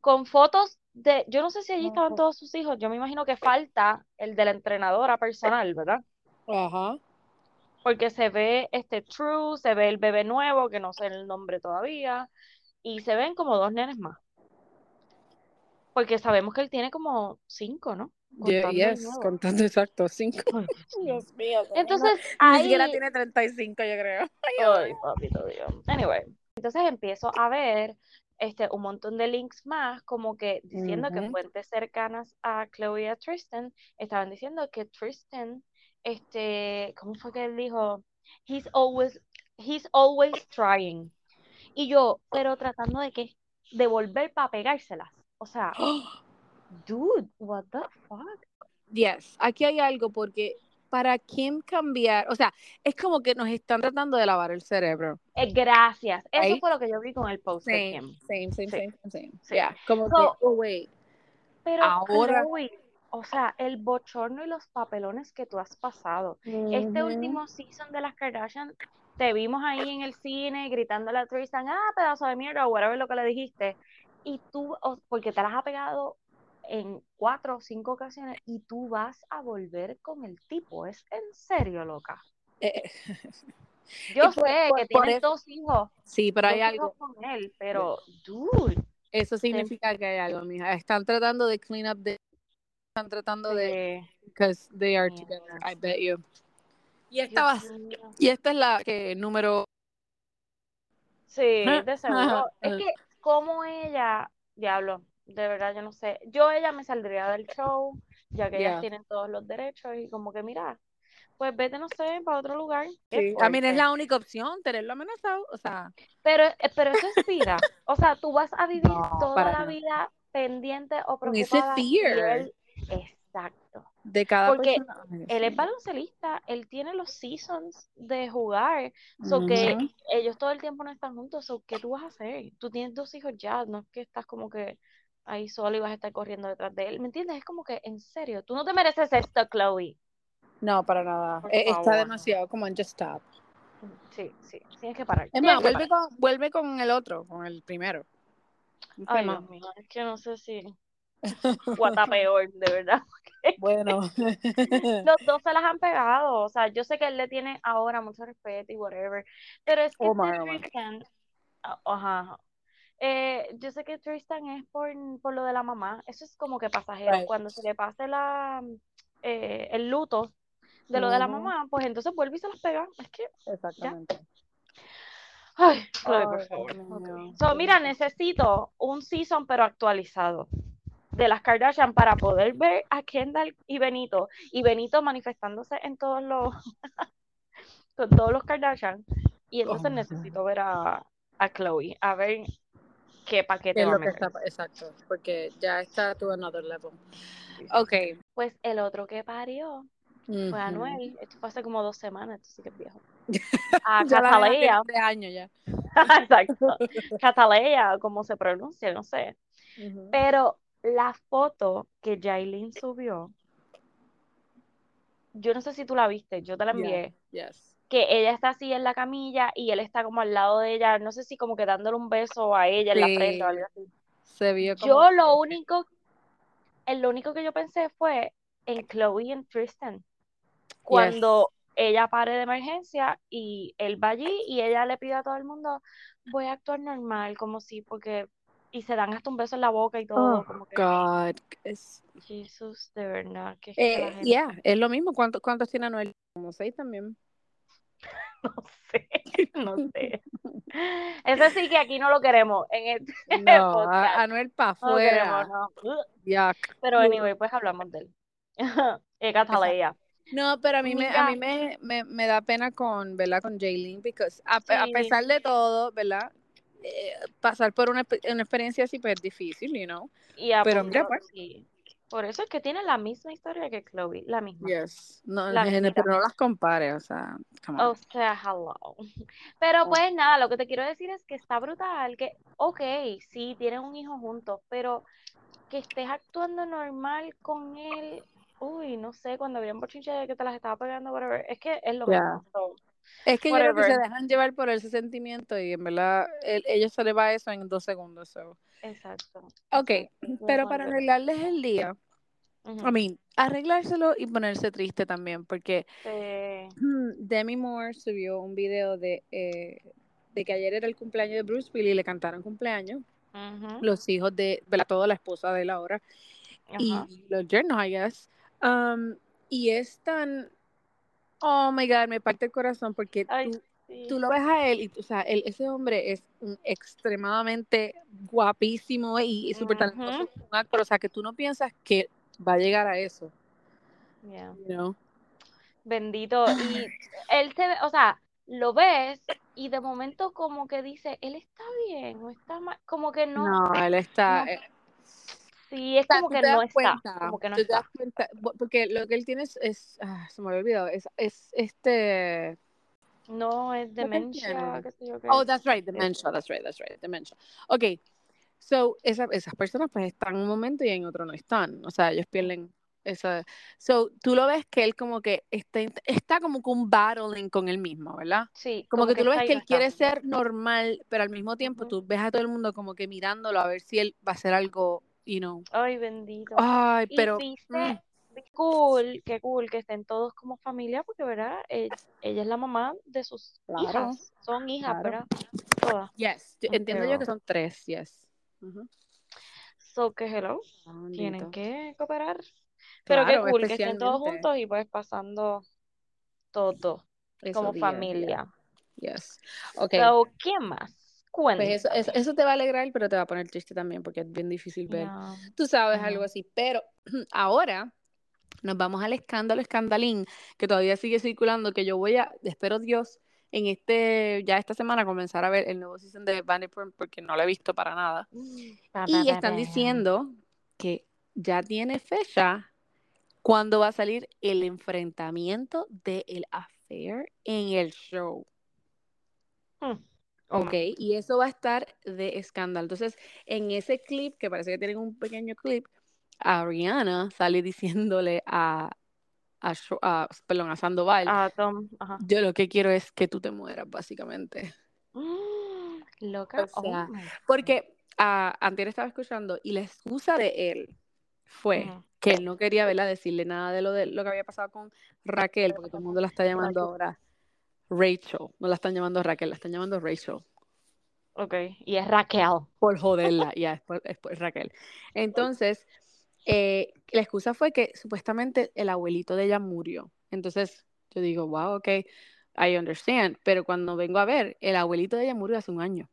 [SPEAKER 2] con fotos de, yo no sé si allí estaban todos sus hijos, yo me imagino que falta el de la entrenadora personal, ¿verdad?
[SPEAKER 1] Ajá.
[SPEAKER 2] Porque se ve este True, se ve el bebé nuevo, que no sé el nombre todavía, y se ven como dos nenes más, porque sabemos que él tiene como cinco, ¿no?
[SPEAKER 1] Yeah,
[SPEAKER 2] Contando el
[SPEAKER 1] yes,
[SPEAKER 2] nuevo.
[SPEAKER 1] contando exacto, cinco.
[SPEAKER 2] Ay, Dios mío.
[SPEAKER 1] Dios mío, Selena.
[SPEAKER 2] Entonces,
[SPEAKER 1] ni siquiera
[SPEAKER 2] ahí,
[SPEAKER 1] tiene 35, yo creo.
[SPEAKER 2] ay, papito Dios. Anyway, entonces empiezo a ver este un montón de links más, como que diciendo que
[SPEAKER 1] Ujú.
[SPEAKER 2] fuentes cercanas a Chloe y a Tristan estaban diciendo que Tristan, este, ¿cómo fue que él dijo? He's always, he's always trying. Y yo, pero tratando de qué? De volver para pegárselas. O sea,
[SPEAKER 1] ¡Ah!
[SPEAKER 2] dude, what the fuck?
[SPEAKER 1] Yes, aquí hay algo porque para Kim cambiar, o sea, es como que nos están tratando de lavar el cerebro.
[SPEAKER 2] Eh, gracias. Eso
[SPEAKER 1] Ahí.
[SPEAKER 2] fue lo que yo vi con el post
[SPEAKER 1] Same,
[SPEAKER 2] de Kim.
[SPEAKER 1] same, same, same,
[SPEAKER 2] Sí.
[SPEAKER 1] same, same.
[SPEAKER 2] Sí.
[SPEAKER 1] Yeah, como
[SPEAKER 2] So,
[SPEAKER 1] que, oh, wait,
[SPEAKER 2] Pero
[SPEAKER 1] ahora.
[SPEAKER 2] Chloe, o sea, el bochorno y los papelones que tú has pasado. Este
[SPEAKER 1] Ujú.
[SPEAKER 2] último season de las Kardashian, te vimos ahí en el cine gritándole a Tristan, ah, pedazo de mierda, o whatever lo que le dijiste. Y tú, o- porque te las ha pegado en cuatro o cinco ocasiones y tú vas a volver con el tipo. Es en serio, loca.
[SPEAKER 1] Eh,
[SPEAKER 2] Yo
[SPEAKER 1] Y por-
[SPEAKER 2] sé
[SPEAKER 1] por-
[SPEAKER 2] que
[SPEAKER 1] por
[SPEAKER 2] tienes
[SPEAKER 1] eso-
[SPEAKER 2] dos hijos,
[SPEAKER 1] sí, pero hay
[SPEAKER 2] dos hijos
[SPEAKER 1] algo.
[SPEAKER 2] con él, pero dude,
[SPEAKER 1] Eso significa que hay algo, mija. Están tratando de clean up the- Están tratando de.
[SPEAKER 2] eh,
[SPEAKER 1] Because they are
[SPEAKER 2] Sí,
[SPEAKER 1] together,
[SPEAKER 2] no
[SPEAKER 1] I bet you. Y esta, va-
[SPEAKER 2] Dios mío.
[SPEAKER 1] y esta es la que número.
[SPEAKER 2] Sí,
[SPEAKER 1] Ah,
[SPEAKER 2] de seguro.
[SPEAKER 1] ajá,
[SPEAKER 2] Es
[SPEAKER 1] ajá.
[SPEAKER 2] que como ella, diablo, de verdad yo no sé. Yo ella me saldría del show, ya que ellas
[SPEAKER 1] Ya.
[SPEAKER 2] tienen todos los derechos y como que mira, pues vete, no sé, para otro lugar. Qué
[SPEAKER 1] También es
[SPEAKER 2] fuerte.
[SPEAKER 1] la única opción, tenerlo amenazado. O sea,
[SPEAKER 2] Pero, eh, pero eso es vida. O sea, tú vas a vivir
[SPEAKER 1] No,
[SPEAKER 2] toda
[SPEAKER 1] para
[SPEAKER 2] la
[SPEAKER 1] nada.
[SPEAKER 2] vida pendiente o
[SPEAKER 1] Con ese
[SPEAKER 2] preocupada y
[SPEAKER 1] fear.
[SPEAKER 2] él- exacto.
[SPEAKER 1] de cada
[SPEAKER 2] Porque
[SPEAKER 1] persona.
[SPEAKER 2] Él es baloncelista, él tiene los seasons de jugar, so que
[SPEAKER 1] Ujú.
[SPEAKER 2] ellos todo el tiempo no están juntos, so ¿qué tú vas a hacer? Tú tienes dos hijos ya, no es que estás como que ahí solo y vas a estar corriendo detrás de él, ¿me entiendes? Es como que, en serio, tú no te mereces esto, Chloe.
[SPEAKER 1] No, para nada.
[SPEAKER 2] Por
[SPEAKER 1] Eh, Está
[SPEAKER 2] favor.
[SPEAKER 1] demasiado como en just stop.
[SPEAKER 2] Sí, sí, tienes que parar.
[SPEAKER 1] Es
[SPEAKER 2] tienes
[SPEAKER 1] más,
[SPEAKER 2] que
[SPEAKER 1] vuelve con, vuelve con el otro, con el primero.
[SPEAKER 2] parar. Ay, Dios mío, es que no sé si guata peor, de verdad.
[SPEAKER 1] Bueno.
[SPEAKER 2] Los dos se las han pegado, o sea, yo sé que él le tiene ahora mucho respeto y whatever, pero es que
[SPEAKER 1] Omar, Omar.
[SPEAKER 2] Tristan, ah, ajá, Eh, yo sé que Tristan es por, por lo de la mamá, eso es como que pasajero,
[SPEAKER 1] Right.
[SPEAKER 2] cuando se le pase la, eh, el luto de lo de la
[SPEAKER 1] Ujú.
[SPEAKER 2] mamá, pues entonces vuelve y se las pega, es que,
[SPEAKER 1] Exactamente.
[SPEAKER 2] ay, Chloe,
[SPEAKER 1] Ay,
[SPEAKER 2] por
[SPEAKER 1] Dios
[SPEAKER 2] favor.
[SPEAKER 1] mío.
[SPEAKER 2] So, mira, necesito un season pero actualizado de las Kardashian para poder ver a Kendall y Benito y Benito manifestándose en todos los con todos los Kardashian y entonces
[SPEAKER 1] Oh, my God.
[SPEAKER 2] necesito ver a a Chloe a ver qué paquete
[SPEAKER 1] Es
[SPEAKER 2] va a
[SPEAKER 1] lo que
[SPEAKER 2] meter.
[SPEAKER 1] está, exacto, porque ya está to another level. Ok.
[SPEAKER 2] Pues el otro que parió
[SPEAKER 1] Ujú.
[SPEAKER 2] fue Anuel, esto fue hace como dos semanas, esto sí que es viejo. A
[SPEAKER 1] Ya la nena
[SPEAKER 2] Catalea,
[SPEAKER 1] tiene tres años ya.
[SPEAKER 2] exacto, Catalea, como se pronuncia, no sé.
[SPEAKER 1] Ujú.
[SPEAKER 2] Pero la foto que Jailin subió, yo no sé si tú la viste, yo te la
[SPEAKER 1] Ya.
[SPEAKER 2] envié,
[SPEAKER 1] Yes.
[SPEAKER 2] que ella está así en la camilla y él está como al lado de ella, no sé si como que dándole un beso a ella en la frente
[SPEAKER 1] Sí.
[SPEAKER 2] o algo así.
[SPEAKER 1] Se vio como. oh
[SPEAKER 2] Yo lo único, en lo único que yo pensé fue en Chloe y en Tristan. Cuando ella pare de emergencia y él va allí y ella le pide a todo el mundo, voy a actuar normal, como si, porque, y se dan hasta un beso en la boca y todo,
[SPEAKER 1] Oh,
[SPEAKER 2] como que...
[SPEAKER 1] God. Es,
[SPEAKER 2] Jesús, de verdad, que es que la
[SPEAKER 1] eh,
[SPEAKER 2] gente
[SPEAKER 1] yeah, es lo mismo. ¿Cuánto- ¿Cuántos tiene Anuel? Como seis también.
[SPEAKER 2] no sé, no sé. Ese sí que aquí no lo queremos, en este
[SPEAKER 1] No,
[SPEAKER 2] podcast.
[SPEAKER 1] a- Anuel para
[SPEAKER 2] no lo queremos,
[SPEAKER 1] afuera.
[SPEAKER 2] no. Uh,
[SPEAKER 1] Yuck.
[SPEAKER 2] Pero anyway, pues hablamos de él. Eh, Cataleya.
[SPEAKER 1] No, pero a mí me, a
[SPEAKER 2] Mira.
[SPEAKER 1] mí me, me, me da pena con, ¿verdad? Con Jaylin, porque a,
[SPEAKER 2] Sí.
[SPEAKER 1] a pesar de todo, ¿verdad? Eh, pasar por una, exper- una experiencia así pues, es difícil, you know.
[SPEAKER 2] Y a
[SPEAKER 1] Pero
[SPEAKER 2] punto,
[SPEAKER 1] mira, pues.
[SPEAKER 2] sí. Por eso es que tiene la misma historia que Chloe, la misma.
[SPEAKER 1] Yes. No,
[SPEAKER 2] La
[SPEAKER 1] nene,
[SPEAKER 2] mismita.
[SPEAKER 1] pero no las compares, o sea, come on.
[SPEAKER 2] O sea, hello. Pero
[SPEAKER 1] Ah.
[SPEAKER 2] pues nada, lo que te quiero decir es que está brutal, que, ok, sí, tienen un hijo juntos, pero que estés actuando normal con él, uy, no sé, cuando había un bochinche de que te las estaba pegando, whatever, es que es lo
[SPEAKER 1] Ya.
[SPEAKER 2] mismo. so,
[SPEAKER 1] Es que yo creo que se
[SPEAKER 2] Whatever.
[SPEAKER 1] dejan llevar por ese sentimiento y en verdad el- ellos se les va eso en dos segundos. so.
[SPEAKER 2] exacto.
[SPEAKER 1] Ok,
[SPEAKER 2] exacto, no
[SPEAKER 1] pero
[SPEAKER 2] son
[SPEAKER 1] para
[SPEAKER 2] de-
[SPEAKER 1] arreglarles el día,
[SPEAKER 2] Ujú.
[SPEAKER 1] a mí, arreglárselo y ponerse triste también, porque
[SPEAKER 2] Eh,
[SPEAKER 1] Demi Moore subió un video de, eh, de que ayer era el cumpleaños de Bruce Willis y le cantaron cumpleaños
[SPEAKER 2] ujú,
[SPEAKER 1] los hijos de, ¿verdad? Toda la esposa de él ahora
[SPEAKER 2] ajá.
[SPEAKER 1] y los yernos, I guess. Um, y es tan, oh my God, me parte el corazón porque
[SPEAKER 2] Ay,
[SPEAKER 1] tú
[SPEAKER 2] sí.
[SPEAKER 1] tú lo ves a él y o sea, él- ese hombre es un extremadamente guapísimo y, y súper talentoso,
[SPEAKER 2] Ujú.
[SPEAKER 1] un actor, o sea, que tú no piensas que va a llegar a eso,
[SPEAKER 2] Yeah.
[SPEAKER 1] you know?
[SPEAKER 2] Bendito. Y él te ve, o sea, lo ves y de momento como que dice, él está bien o está mal, como que no,
[SPEAKER 1] No, él está
[SPEAKER 2] no.
[SPEAKER 1] eh,
[SPEAKER 2] sí, es
[SPEAKER 1] sea,
[SPEAKER 2] como
[SPEAKER 1] tú
[SPEAKER 2] que
[SPEAKER 1] te das
[SPEAKER 2] no está,
[SPEAKER 1] cuenta,
[SPEAKER 2] como que no
[SPEAKER 1] tú te das
[SPEAKER 2] está.
[SPEAKER 1] cuenta, bo- porque lo que él tiene es, es- ah, se me había olvidado, es, es este,
[SPEAKER 2] No, es
[SPEAKER 1] ¿qué él
[SPEAKER 2] demencia,
[SPEAKER 1] tiene?
[SPEAKER 2] qué sé yo qué.
[SPEAKER 1] Oh, that's right,
[SPEAKER 2] Sí.
[SPEAKER 1] dementia, that's right, that's right, dementia. Ok, so esa- esas personas pues están en un momento y en otro no están, o sea, ellos pierden esa... So, tú lo ves que él como que está, int- está como que un battling con él mismo, ¿verdad?
[SPEAKER 2] Sí,
[SPEAKER 1] Como que tú lo
[SPEAKER 2] está
[SPEAKER 1] ves
[SPEAKER 2] y
[SPEAKER 1] que
[SPEAKER 2] no
[SPEAKER 1] él
[SPEAKER 2] está.
[SPEAKER 1] quiere ser normal, pero al mismo tiempo
[SPEAKER 2] Ujú.
[SPEAKER 1] tú ves a todo el mundo como que mirándolo a ver si él va a hacer algo you know.
[SPEAKER 2] Ay, bendito.
[SPEAKER 1] Ay,
[SPEAKER 2] Y
[SPEAKER 1] pero mm.
[SPEAKER 2] viste, cool, qué cool que estén todos como familia, porque, ¿verdad? Eh, Ella es la mamá de sus
[SPEAKER 1] Claro.
[SPEAKER 2] hijas. Son hijas,
[SPEAKER 1] Claro.
[SPEAKER 2] ¿verdad? Todas.
[SPEAKER 1] yes, yo- entiendo
[SPEAKER 2] Pero-
[SPEAKER 1] yo que son tres, yes. Ujú.
[SPEAKER 2] So que hello,
[SPEAKER 1] Ah,
[SPEAKER 2] tienen
[SPEAKER 1] bendito.
[SPEAKER 2] que cooperar. Pero
[SPEAKER 1] Claro,
[SPEAKER 2] qué cool que estén todos
[SPEAKER 1] especialmente.
[SPEAKER 2] juntos y pues pasando todo
[SPEAKER 1] Eso
[SPEAKER 2] como
[SPEAKER 1] día,
[SPEAKER 2] familia.
[SPEAKER 1] yeah, Yes. Ok.
[SPEAKER 2] So, ¿qué más?
[SPEAKER 1] pues
[SPEAKER 2] Cuéntame.
[SPEAKER 1] eso, eso, eso te va a alegrar, pero te va a poner triste también porque es bien difícil ver.
[SPEAKER 2] No.
[SPEAKER 1] Tú sabes,
[SPEAKER 2] Ajá.
[SPEAKER 1] algo así. Pero ahora nos vamos al escándalo, escandalín, que todavía sigue circulando, que yo voy a, espero Dios, en este, ya esta semana comenzar a ver el nuevo season de Vanderpump porque no lo he visto para nada. Y están diciendo que ya tiene fecha cuando va a salir el enfrentamiento de el affair en el show.
[SPEAKER 2] Hmm.
[SPEAKER 1] Ok, y eso va a estar de escándalo. Entonces, en ese clip, que parece que tienen un pequeño clip, a Rihanna sale diciéndole a, a, Sho- a- perdón, a Sandoval,
[SPEAKER 2] Ah, Tom, ajá.
[SPEAKER 1] yo lo que quiero es que tú te mueras, básicamente.
[SPEAKER 2] Mm, Loca.
[SPEAKER 1] O sea,
[SPEAKER 2] oh my
[SPEAKER 1] Porque a Antier estaba escuchando y la excusa de él fue
[SPEAKER 2] Ujú.
[SPEAKER 1] que él no quería ¿verdad? decirle nada de lo, de lo que había pasado con Raquel, porque todo el mundo la está llamando ahora Rachel. No la están llamando Raquel, la están llamando Rachel.
[SPEAKER 2] God. Okay. Y es Raquel.
[SPEAKER 1] por joderla, ya, es por, es por Raquel. Entonces, eh, la excusa fue que supuestamente el abuelito de ella murió. Entonces, yo digo, wow, ok, I understand, pero cuando vengo a ver, el abuelito de ella murió hace un año.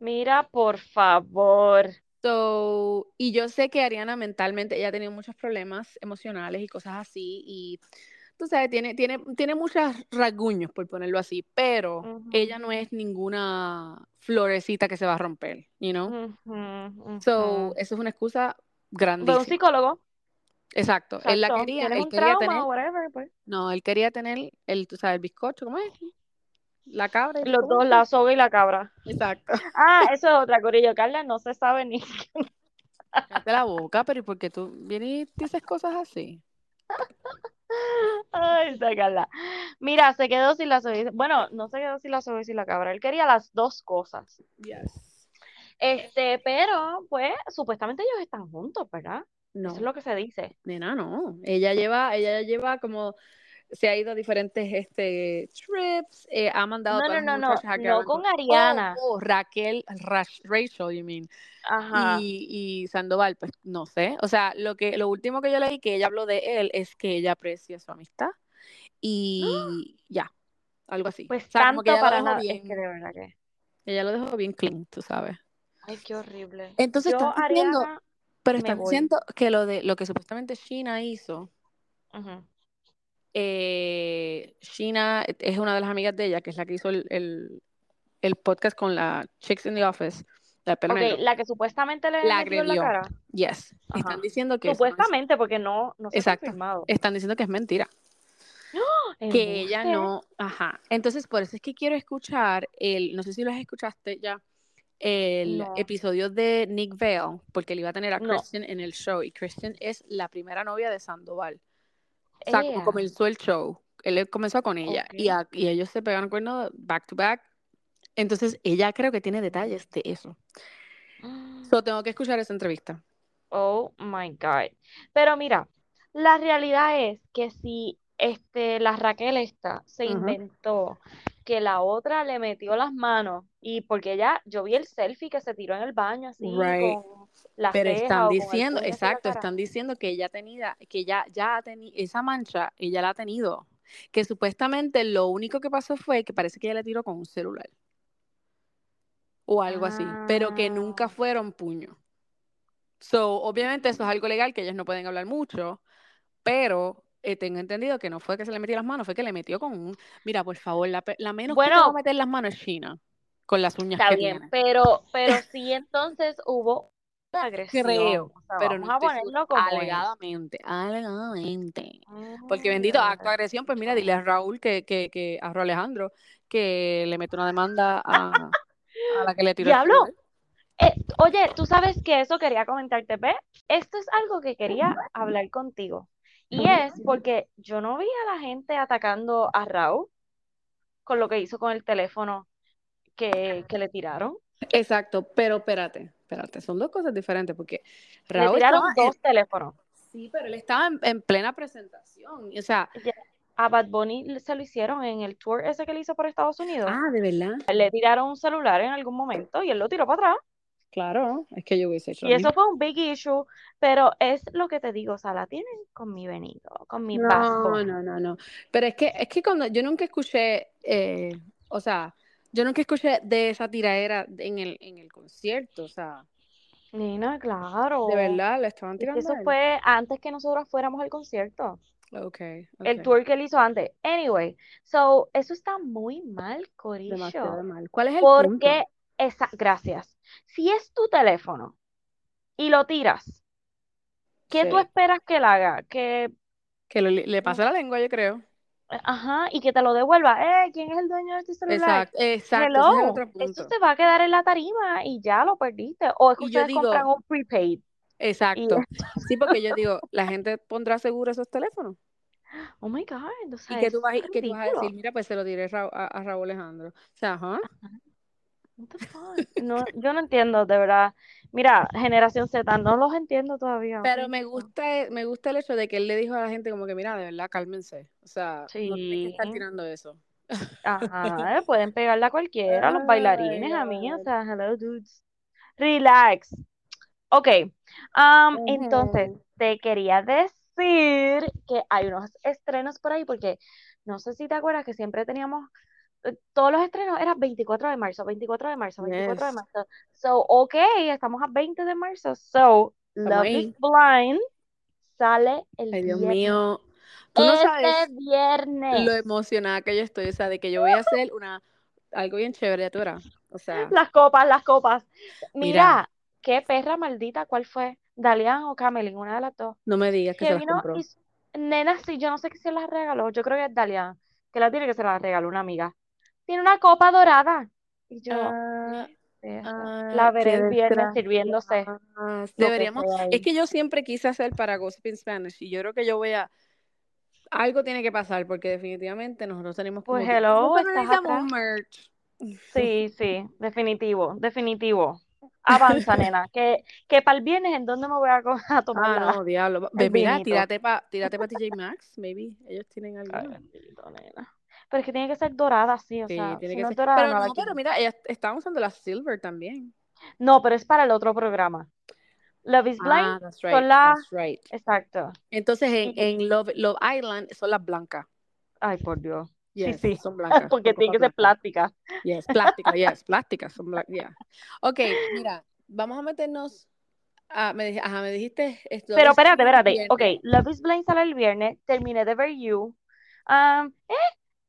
[SPEAKER 2] Mira, por favor.
[SPEAKER 1] So, y yo sé que Ariana mentalmente, ella ha tenido muchos problemas emocionales y cosas así, y tú sabes, tiene, tiene, tiene muchos rasguños, por ponerlo así, pero
[SPEAKER 2] Ujú.
[SPEAKER 1] ella no es ninguna florecita que se va a romper, you know?
[SPEAKER 2] Ujú,
[SPEAKER 1] So, um,
[SPEAKER 2] ujú.
[SPEAKER 1] eso es una excusa
[SPEAKER 2] Ve un
[SPEAKER 1] grandísima.
[SPEAKER 2] psicólogo.
[SPEAKER 1] Exacto. Él la
[SPEAKER 2] Exacto.
[SPEAKER 1] quería,
[SPEAKER 2] Tienes
[SPEAKER 1] él
[SPEAKER 2] un
[SPEAKER 1] quería
[SPEAKER 2] trauma
[SPEAKER 1] tener,
[SPEAKER 2] o whatever, pues.
[SPEAKER 1] no, él quería tener el, tú sabes, el bizcocho, ¿cómo es? La cabra. y-
[SPEAKER 2] Los
[SPEAKER 1] ¿cómo
[SPEAKER 2] dos,
[SPEAKER 1] es?
[SPEAKER 2] la soga y la cabra.
[SPEAKER 1] Exacto.
[SPEAKER 2] Ah, eso es otra, Corillo. Carla no se sabe ni.
[SPEAKER 1] Cállate la boca, pero ¿y por qué tú vienes y dices cosas así?
[SPEAKER 2] Ay, esa Carla. Mira, se quedó sin la soga. y- Bueno, no se quedó sin la soga y sin la cabra. Él quería las dos cosas.
[SPEAKER 1] Yes.
[SPEAKER 2] Este, pero, pues, supuestamente ellos están juntos, ¿verdad?
[SPEAKER 1] No,
[SPEAKER 2] Eso es lo que se dice.
[SPEAKER 1] nena, no. Ella lleva, ella lleva como se ha ido a diferentes este trips, eh, ha mandado a
[SPEAKER 2] No, no,
[SPEAKER 1] todas
[SPEAKER 2] no,
[SPEAKER 1] las
[SPEAKER 2] no.
[SPEAKER 1] muchachas a que
[SPEAKER 2] No
[SPEAKER 1] hablen
[SPEAKER 2] con
[SPEAKER 1] con-
[SPEAKER 2] Ariana.
[SPEAKER 1] Oh, oh, Raquel, Rash- Rachel, you mean.
[SPEAKER 2] Ajá.
[SPEAKER 1] Y, y Sandoval, pues no sé. O sea, lo que lo último que yo leí que ella habló de él es que ella aprecia su amistad y ya, algo así.
[SPEAKER 2] ¡Ah! Pues
[SPEAKER 1] o sea, como que
[SPEAKER 2] tanto
[SPEAKER 1] ella lo
[SPEAKER 2] para
[SPEAKER 1] dejó
[SPEAKER 2] nada. Es que
[SPEAKER 1] bien,
[SPEAKER 2] de verdad que.
[SPEAKER 1] ella lo dejó bien clean, tú sabes.
[SPEAKER 2] Ay, qué horrible.
[SPEAKER 1] Entonces
[SPEAKER 2] Yo,
[SPEAKER 1] están diciendo,
[SPEAKER 2] Ariana,
[SPEAKER 1] pero
[SPEAKER 2] me
[SPEAKER 1] están
[SPEAKER 2] voy.
[SPEAKER 1] diciendo que lo de lo que supuestamente Sheena hizo,
[SPEAKER 2] Ujú.
[SPEAKER 1] eh, Sheena es una de las amigas de ella, que es la que hizo el, el- el podcast con la Chicks in the Office, la de pelo
[SPEAKER 2] Ok,
[SPEAKER 1] negro.
[SPEAKER 2] la que supuestamente le
[SPEAKER 1] La
[SPEAKER 2] metió en la
[SPEAKER 1] agredió.
[SPEAKER 2] cara.
[SPEAKER 1] Yes.
[SPEAKER 2] Ajá.
[SPEAKER 1] Están diciendo que eso no es-
[SPEAKER 2] Supuestamente, porque no, no se ha
[SPEAKER 1] Exacto.
[SPEAKER 2] confirmado.
[SPEAKER 1] están diciendo que es mentira. que ella
[SPEAKER 2] Embuste.
[SPEAKER 1] no, ajá. Entonces, por eso es que quiero escuchar el, no sé si los escuchaste ya, el
[SPEAKER 2] No.
[SPEAKER 1] episodio de Nick Vale, porque él iba a tener a
[SPEAKER 2] No.
[SPEAKER 1] Kristen en el show y Kristen es la primera novia de Sandoval. O sea, como
[SPEAKER 2] Ea.
[SPEAKER 1] comenzó el show, él comenzó con ella
[SPEAKER 2] Ok.
[SPEAKER 1] y, a- y ellos se pegaron cuernos back to back. Entonces, ella creo que tiene detalles de eso. Yo tengo que escuchar esa entrevista.
[SPEAKER 2] Oh my God. Pero mira, la realidad es que si este, la Raquel esta se
[SPEAKER 1] Ujú.
[SPEAKER 2] inventó que la otra le metió las manos y porque ella, yo vi el selfie que se tiró en el baño así
[SPEAKER 1] Right.
[SPEAKER 2] con la
[SPEAKER 1] Pero
[SPEAKER 2] ceja
[SPEAKER 1] están
[SPEAKER 2] o con el
[SPEAKER 1] diciendo,
[SPEAKER 2] puño hacia la
[SPEAKER 1] exacto,
[SPEAKER 2] cara.
[SPEAKER 1] están diciendo que ella tenía, que ya, ya ha tenido, esa mancha, ella la ha tenido. Que supuestamente lo único que pasó fue que parece que ella le tiró con un celular o algo así, pero que nunca
[SPEAKER 2] Ah.
[SPEAKER 1] fueron puño. So, obviamente eso es algo legal que ellos no pueden hablar mucho, pero eh, tengo entendido que no fue que se le metió las manos, fue que le metió con un. Mira, por favor, la, pe- la menos que te va a
[SPEAKER 2] Bueno.
[SPEAKER 1] meter las manos es China, con las uñas
[SPEAKER 2] Está
[SPEAKER 1] que
[SPEAKER 2] bien,
[SPEAKER 1] tiene.
[SPEAKER 2] pero, pero sí entonces hubo una agresión.
[SPEAKER 1] Creo,
[SPEAKER 2] O sea,
[SPEAKER 1] pero
[SPEAKER 2] vamos
[SPEAKER 1] no
[SPEAKER 2] a
[SPEAKER 1] estoy segura.
[SPEAKER 2] ponerlo como es.
[SPEAKER 1] Alegadamente, alegadamente. Porque
[SPEAKER 2] Ay,
[SPEAKER 1] bendito, acto de
[SPEAKER 2] alegadamente.
[SPEAKER 1] agresión, pues mira, dile a Raúl que, que, que a Raúl Alejandro que le mete una demanda a, a la que le tiró el
[SPEAKER 2] Diablo,
[SPEAKER 1] celular.
[SPEAKER 2] Eh, oye, tú sabes que eso quería comentarte, ¿ves? Esto es algo que quería hablar contigo. Y es porque yo no vi a la gente atacando a Raúl con lo que hizo con el teléfono que, que le tiraron.
[SPEAKER 1] Exacto, pero espérate, espérate, son dos cosas diferentes porque
[SPEAKER 2] Le
[SPEAKER 1] Raúl
[SPEAKER 2] tiraron
[SPEAKER 1] estaba en-
[SPEAKER 2] dos teléfonos.
[SPEAKER 1] sí, pero él estaba en, en plena presentación, o sea,
[SPEAKER 2] A Bad Bunny se lo hicieron en el tour ese que él hizo por Estados Unidos.
[SPEAKER 1] ah, de verdad.
[SPEAKER 2] Le tiraron un celular en algún momento y él lo tiró para atrás.
[SPEAKER 1] Claro, es que yo hubiese hecho
[SPEAKER 2] Y
[SPEAKER 1] lo
[SPEAKER 2] eso fue un big issue, pero es lo que te digo, o sea, la tienen con mi venido, con mi Bad
[SPEAKER 1] No,
[SPEAKER 2] Bunny.
[SPEAKER 1] no, no, no. Pero es que, es que cuando yo nunca escuché, eh, o sea, yo nunca escuché de esa tiraera en el, en el concierto, o sea,
[SPEAKER 2] Nina, claro.
[SPEAKER 1] de verdad le estaban
[SPEAKER 2] Es que
[SPEAKER 1] tirando.
[SPEAKER 2] Eso
[SPEAKER 1] a él?
[SPEAKER 2] fue antes que nosotros fuéramos al concierto.
[SPEAKER 1] Ok,
[SPEAKER 2] El
[SPEAKER 1] ok.
[SPEAKER 2] tour que él hizo antes. Anyway, so eso está muy mal, Corillo.
[SPEAKER 1] Demasiado mal. ¿Cuál es el punto?
[SPEAKER 2] Porque esa, gracias. Si es tu teléfono y lo tiras, ¿qué tú
[SPEAKER 1] Sí.
[SPEAKER 2] esperas que él haga? Que,
[SPEAKER 1] Que lo- le pasa la lengua, yo creo.
[SPEAKER 2] ajá, y que te lo devuelva. Eh, ¿quién es el dueño de este celular?
[SPEAKER 1] Exacto, exacto. ese es el
[SPEAKER 2] Hello,
[SPEAKER 1] otro
[SPEAKER 2] eso
[SPEAKER 1] punto.
[SPEAKER 2] se va a quedar en la tarima y ya lo perdiste. O es que
[SPEAKER 1] Y yo
[SPEAKER 2] ustedes
[SPEAKER 1] digo-
[SPEAKER 2] compran un prepaid.
[SPEAKER 1] Exacto. Sí, porque yo digo, la gente pondrá seguro esos teléfonos.
[SPEAKER 2] Oh my God, o sea,
[SPEAKER 1] Y que
[SPEAKER 2] eso
[SPEAKER 1] tú vas,
[SPEAKER 2] es
[SPEAKER 1] y- que tú vas a
[SPEAKER 2] ridículo.
[SPEAKER 1] decir, mira, pues se lo diré Ra- a, a Raúl Alejandro. O sea, ajá.
[SPEAKER 2] What the fuck? No, yo no entiendo, de verdad. Mira, generación Z, no los entiendo todavía.
[SPEAKER 1] Pero me gusta, me gusta el hecho de que él le dijo a la gente como que, mira, de verdad, cálmense. O sea, no tienen que estar
[SPEAKER 2] Sí.
[SPEAKER 1] tirando eso.
[SPEAKER 2] Ajá, eh, pueden pegarla a cualquiera, a los
[SPEAKER 1] Ay,
[SPEAKER 2] bailarines, a mí, o
[SPEAKER 1] God.
[SPEAKER 2] sea, hello dudes. Relax. Ok, um, entonces
[SPEAKER 1] Ujú.
[SPEAKER 2] te quería decir que hay unos estrenos por ahí, porque no sé si te acuerdas que siempre teníamos, eh, todos los estrenos eran 24 de marzo, 24 de marzo, 24 de
[SPEAKER 1] Yes.
[SPEAKER 2] marzo. So, ok, estamos a 20 de marzo. So, Love
[SPEAKER 1] ahí.
[SPEAKER 2] is Blind sale el
[SPEAKER 1] Ay, Dios
[SPEAKER 2] viernes.
[SPEAKER 1] mío. Tú no sabes
[SPEAKER 2] Este viernes.
[SPEAKER 1] lo emocionada que yo estoy. O sea, de que yo voy a hacer una, algo bien chévere, tú verás. O sea,
[SPEAKER 2] Las copas, las copas.
[SPEAKER 1] Mira.
[SPEAKER 2] Mira, qué perra maldita, ¿cuál fue? Dalian o Camelin, una de las dos.
[SPEAKER 1] no me digas que
[SPEAKER 2] Que
[SPEAKER 1] se las
[SPEAKER 2] vino
[SPEAKER 1] compró.
[SPEAKER 2] y s- nena, sí, yo no sé qué se las regaló. Yo creo que es Dalian, que la tiene que se la regaló una amiga. Tiene una copa dorada. Y yo,
[SPEAKER 1] Ah,
[SPEAKER 2] perra,
[SPEAKER 1] ah,
[SPEAKER 2] la
[SPEAKER 1] qué
[SPEAKER 2] veré el viernes
[SPEAKER 1] desgracia.
[SPEAKER 2] sirviéndose. lo que
[SPEAKER 1] Deberíamos.
[SPEAKER 2] sea
[SPEAKER 1] Es
[SPEAKER 2] ahí.
[SPEAKER 1] que yo siempre quise hacer para Gossip in Spanish y yo creo que yo voy a. Algo tiene que pasar porque definitivamente nosotros tenemos como
[SPEAKER 2] Pues
[SPEAKER 1] que.
[SPEAKER 2] hello,
[SPEAKER 1] Nosotros
[SPEAKER 2] estás
[SPEAKER 1] necesitamos
[SPEAKER 2] atrás.
[SPEAKER 1] un merch.
[SPEAKER 2] Sí, sí, definitivo, definitivo. Avanza, nena, que, que para el viernes, ¿en dónde me voy a, co- a tomar
[SPEAKER 1] Ah,
[SPEAKER 2] la-
[SPEAKER 1] no, diablo. Ve, mira,
[SPEAKER 2] vinito.
[SPEAKER 1] tírate para tírate pa TJ Maxx, maybe. Ellos tienen algo.
[SPEAKER 2] Ay, bendito, nena. Pero es que tiene que ser dorada, sí, o
[SPEAKER 1] Sí,
[SPEAKER 2] sea,
[SPEAKER 1] tiene
[SPEAKER 2] si
[SPEAKER 1] que
[SPEAKER 2] no es
[SPEAKER 1] ser.
[SPEAKER 2] dorada,
[SPEAKER 1] Pero
[SPEAKER 2] no la
[SPEAKER 1] no,
[SPEAKER 2] quiero.
[SPEAKER 1] pero mira, ellas están usando la Silver también.
[SPEAKER 2] No, pero es para el otro programa. Love is Blind
[SPEAKER 1] Ah, that's
[SPEAKER 2] son
[SPEAKER 1] right,
[SPEAKER 2] las...
[SPEAKER 1] that's right.
[SPEAKER 2] Exacto.
[SPEAKER 1] Entonces en,
[SPEAKER 2] Y-
[SPEAKER 1] en Love, Love Island son las blancas.
[SPEAKER 2] Ay, por Dios. Sí,
[SPEAKER 1] Yes,
[SPEAKER 2] sí.
[SPEAKER 1] son blancas.
[SPEAKER 2] Porque
[SPEAKER 1] son
[SPEAKER 2] tiene que
[SPEAKER 1] copas
[SPEAKER 2] ser
[SPEAKER 1] blancas.
[SPEAKER 2] plástica.
[SPEAKER 1] Yes, plástica, yes, plástica, son black, yeah. Ok, mira, vamos a meternos a, me, dij- ajá, me dijiste esto.
[SPEAKER 2] Pero
[SPEAKER 1] es
[SPEAKER 2] espérate, espérate. Ok,
[SPEAKER 1] viernes,
[SPEAKER 2] Love is Blind sale el viernes. Terminé de ver You. Um, eh,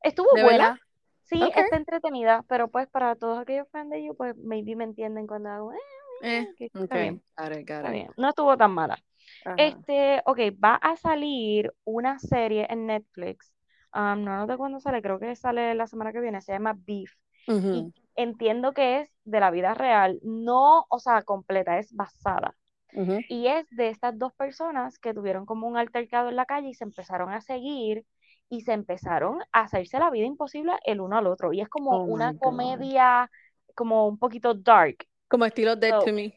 [SPEAKER 2] estuvo
[SPEAKER 1] ¿De
[SPEAKER 2] buena.
[SPEAKER 1] verdad?
[SPEAKER 2] Sí,
[SPEAKER 1] Ok.
[SPEAKER 2] está entretenida, pero pues para todos aquellos fans de You, pues maybe me entienden cuando hago... eh,
[SPEAKER 1] Eh,
[SPEAKER 2] que
[SPEAKER 1] ok,
[SPEAKER 2] está bien,
[SPEAKER 1] got it, got
[SPEAKER 2] está
[SPEAKER 1] it.
[SPEAKER 2] bien. No estuvo tan mala.
[SPEAKER 1] Ajá.
[SPEAKER 2] Este, ok, va a salir una serie en Netflix. um, no sé cuándo sale, creo que sale la semana que viene. Se llama Beef. Y
[SPEAKER 1] Ujú,
[SPEAKER 2] entiendo que es de la vida real, no, o sea, completa, es basada.
[SPEAKER 1] ujú.
[SPEAKER 2] Y es de estas dos personas que tuvieron como un altercado en la calle y se empezaron a seguir y se empezaron a hacerse la vida imposible el uno al otro. Y es como
[SPEAKER 1] Oh
[SPEAKER 2] una
[SPEAKER 1] my God.
[SPEAKER 2] comedia, como un poquito dark.
[SPEAKER 1] Como estilo Dead
[SPEAKER 2] So,
[SPEAKER 1] to Me.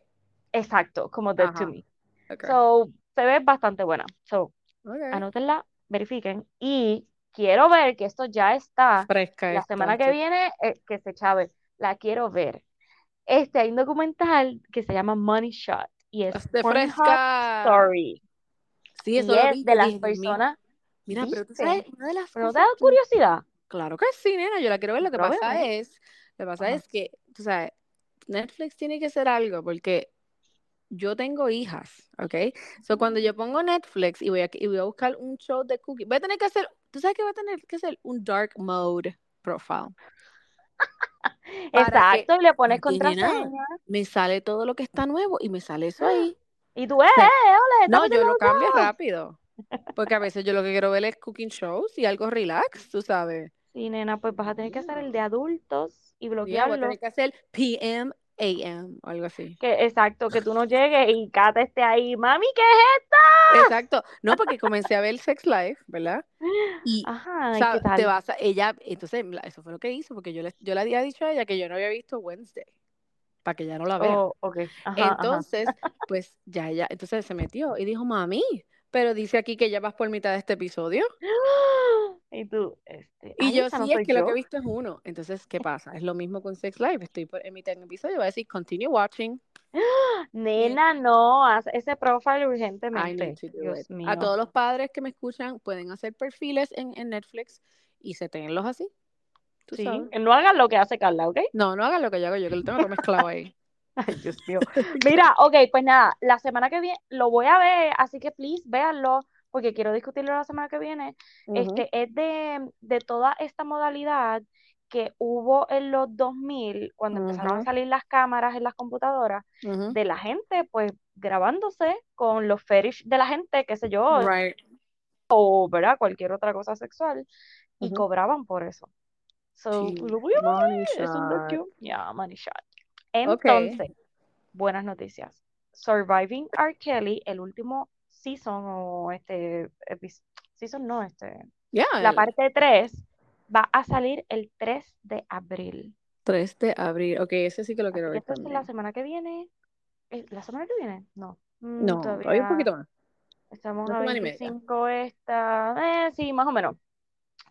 [SPEAKER 2] exacto, como Dead to
[SPEAKER 1] Ajá,
[SPEAKER 2] Me.
[SPEAKER 1] ok.
[SPEAKER 2] So, ah, se ve bastante buena. So,
[SPEAKER 1] Ok.
[SPEAKER 2] anótenla, verifiquen y quiero ver que esto ya está
[SPEAKER 1] Fresca
[SPEAKER 2] la
[SPEAKER 1] esta.
[SPEAKER 2] semana que viene, eh, que se chave, la quiero ver. Este, hay un documental que se llama Money Shot y es
[SPEAKER 1] Estás de
[SPEAKER 2] Pornhub
[SPEAKER 1] fresca.
[SPEAKER 2] Story
[SPEAKER 1] Sí, eso
[SPEAKER 2] y
[SPEAKER 1] lo
[SPEAKER 2] es
[SPEAKER 1] vi.
[SPEAKER 2] de
[SPEAKER 1] Yo
[SPEAKER 2] las
[SPEAKER 1] dije, Dios mío.
[SPEAKER 2] personas,
[SPEAKER 1] Mira, pero tú sabes,
[SPEAKER 2] ¿viste?
[SPEAKER 1] una de las
[SPEAKER 2] ¿Pero no te
[SPEAKER 1] cosas
[SPEAKER 2] da
[SPEAKER 1] que
[SPEAKER 2] curiosidad?
[SPEAKER 1] Claro que sí, nena, yo la quiero ver. Lo que
[SPEAKER 2] Quiero
[SPEAKER 1] pasa
[SPEAKER 2] verla.
[SPEAKER 1] es, lo que pasa
[SPEAKER 2] Ajá.
[SPEAKER 1] es que, tú sabes, Netflix tiene que ser algo porque yo tengo hijas, ¿ok? So, cuando yo pongo Netflix y voy a, y voy a buscar un show de cookie, voy a tener que hacer, tú sabes que voy a tener que hacer un dark mode profile para que,
[SPEAKER 2] Exacto, y le pones
[SPEAKER 1] para que, nena,
[SPEAKER 2] contraseña Ah.
[SPEAKER 1] me sale todo lo que está nuevo y me sale eso ahí.
[SPEAKER 2] y tú, eh,
[SPEAKER 1] O sea,
[SPEAKER 2] eh, hola,
[SPEAKER 1] no,
[SPEAKER 2] está
[SPEAKER 1] yo
[SPEAKER 2] metiendo
[SPEAKER 1] lo
[SPEAKER 2] los
[SPEAKER 1] cambio
[SPEAKER 2] ojos.
[SPEAKER 1] rápido porque a veces yo lo que quiero ver es cooking shows y algo relax, tú sabes.
[SPEAKER 2] Sí, nena, pues vas a tener que hacer el de adultos
[SPEAKER 1] Ya, ah,
[SPEAKER 2] y
[SPEAKER 1] voy a
[SPEAKER 2] bloquearlo.
[SPEAKER 1] tener que hacer PM, AM, o algo así.
[SPEAKER 2] Que, exacto, que tú no llegues y Cata esté ahí, mami, ¿qué ¡Ah!
[SPEAKER 1] Exacto. No, porque comencé a ver Sex Life, ¿verdad? Y, o
[SPEAKER 2] Ajá, ¿y qué
[SPEAKER 1] sea, te
[SPEAKER 2] tal?
[SPEAKER 1] vas a, ella, entonces, la- eso fue lo que hizo, porque yo le, yo le había dicho a ella que yo no había visto Wednesday. para que ya no la vea.
[SPEAKER 2] Oh, ok. Ajá,
[SPEAKER 1] entonces, pues ya, ya, entonces se metió y dijo, mami, pero dice aquí que ya vas por mitad de este episodio.
[SPEAKER 2] ajá. Y tú, este,
[SPEAKER 1] Y
[SPEAKER 2] ay,
[SPEAKER 1] yo
[SPEAKER 2] esa
[SPEAKER 1] sí,
[SPEAKER 2] no soy
[SPEAKER 1] es que
[SPEAKER 2] yo.
[SPEAKER 1] lo que he visto es uno. Entonces, ¿qué pasa? Es lo mismo con Sex Life. Estoy por, en mitad de un episodio, va a decir, continue watching.
[SPEAKER 2] Nena, no, haz ese profile
[SPEAKER 1] I need
[SPEAKER 2] urgentemente.
[SPEAKER 1] to do
[SPEAKER 2] Dios
[SPEAKER 1] it.
[SPEAKER 2] mío.
[SPEAKER 1] A todos los padres que me escuchan, pueden hacer perfiles en, en Netflix y se tenenlos así. Tú
[SPEAKER 2] Sí,
[SPEAKER 1] sabes.
[SPEAKER 2] No hagan lo que hace Carla, ¿ok?
[SPEAKER 1] No, no hagan lo que yo hago yo, que lo tengo como esclavo ahí.
[SPEAKER 2] Ay, Dios mío. Mira, ok, pues nada, la semana que viene lo voy a ver, así que please véanlo, porque quiero discutirlo la semana que viene. Este es de, de toda esta modalidad que hubo en los 2000, cuando empezaron a
[SPEAKER 1] Ujú.
[SPEAKER 2] salir las cámaras en las computadoras,
[SPEAKER 1] Ujú, ujú.
[SPEAKER 2] de la gente pues grabándose con los fetish de la gente, qué sé yo,
[SPEAKER 1] Right.
[SPEAKER 2] o ¿verdad? cualquier otra cosa sexual, y
[SPEAKER 1] Ujú.
[SPEAKER 2] cobraban por eso. So,
[SPEAKER 1] Sí.
[SPEAKER 2] lo voy a
[SPEAKER 1] Money
[SPEAKER 2] ver, es un
[SPEAKER 1] shot.
[SPEAKER 2] docu. Yeah, money shot.
[SPEAKER 1] Ok.
[SPEAKER 2] Entonces, buenas noticias. Surviving R. Kelly, el último season o este epi- season no, este
[SPEAKER 1] Ya,
[SPEAKER 2] la
[SPEAKER 1] el
[SPEAKER 2] parte 3 va a salir el 3 de abril.
[SPEAKER 1] 3 de abril. Ok, ese sí que lo quiero
[SPEAKER 2] Así que
[SPEAKER 1] ver
[SPEAKER 2] entonces la
[SPEAKER 1] también.
[SPEAKER 2] semana que viene, eh, la semana que viene, no, Mm,
[SPEAKER 1] No, todavía un
[SPEAKER 2] todavía
[SPEAKER 1] poquito más.
[SPEAKER 2] estamos
[SPEAKER 1] Una
[SPEAKER 2] a
[SPEAKER 1] semana y media.
[SPEAKER 2] 25 esta, eh, sí, más o menos,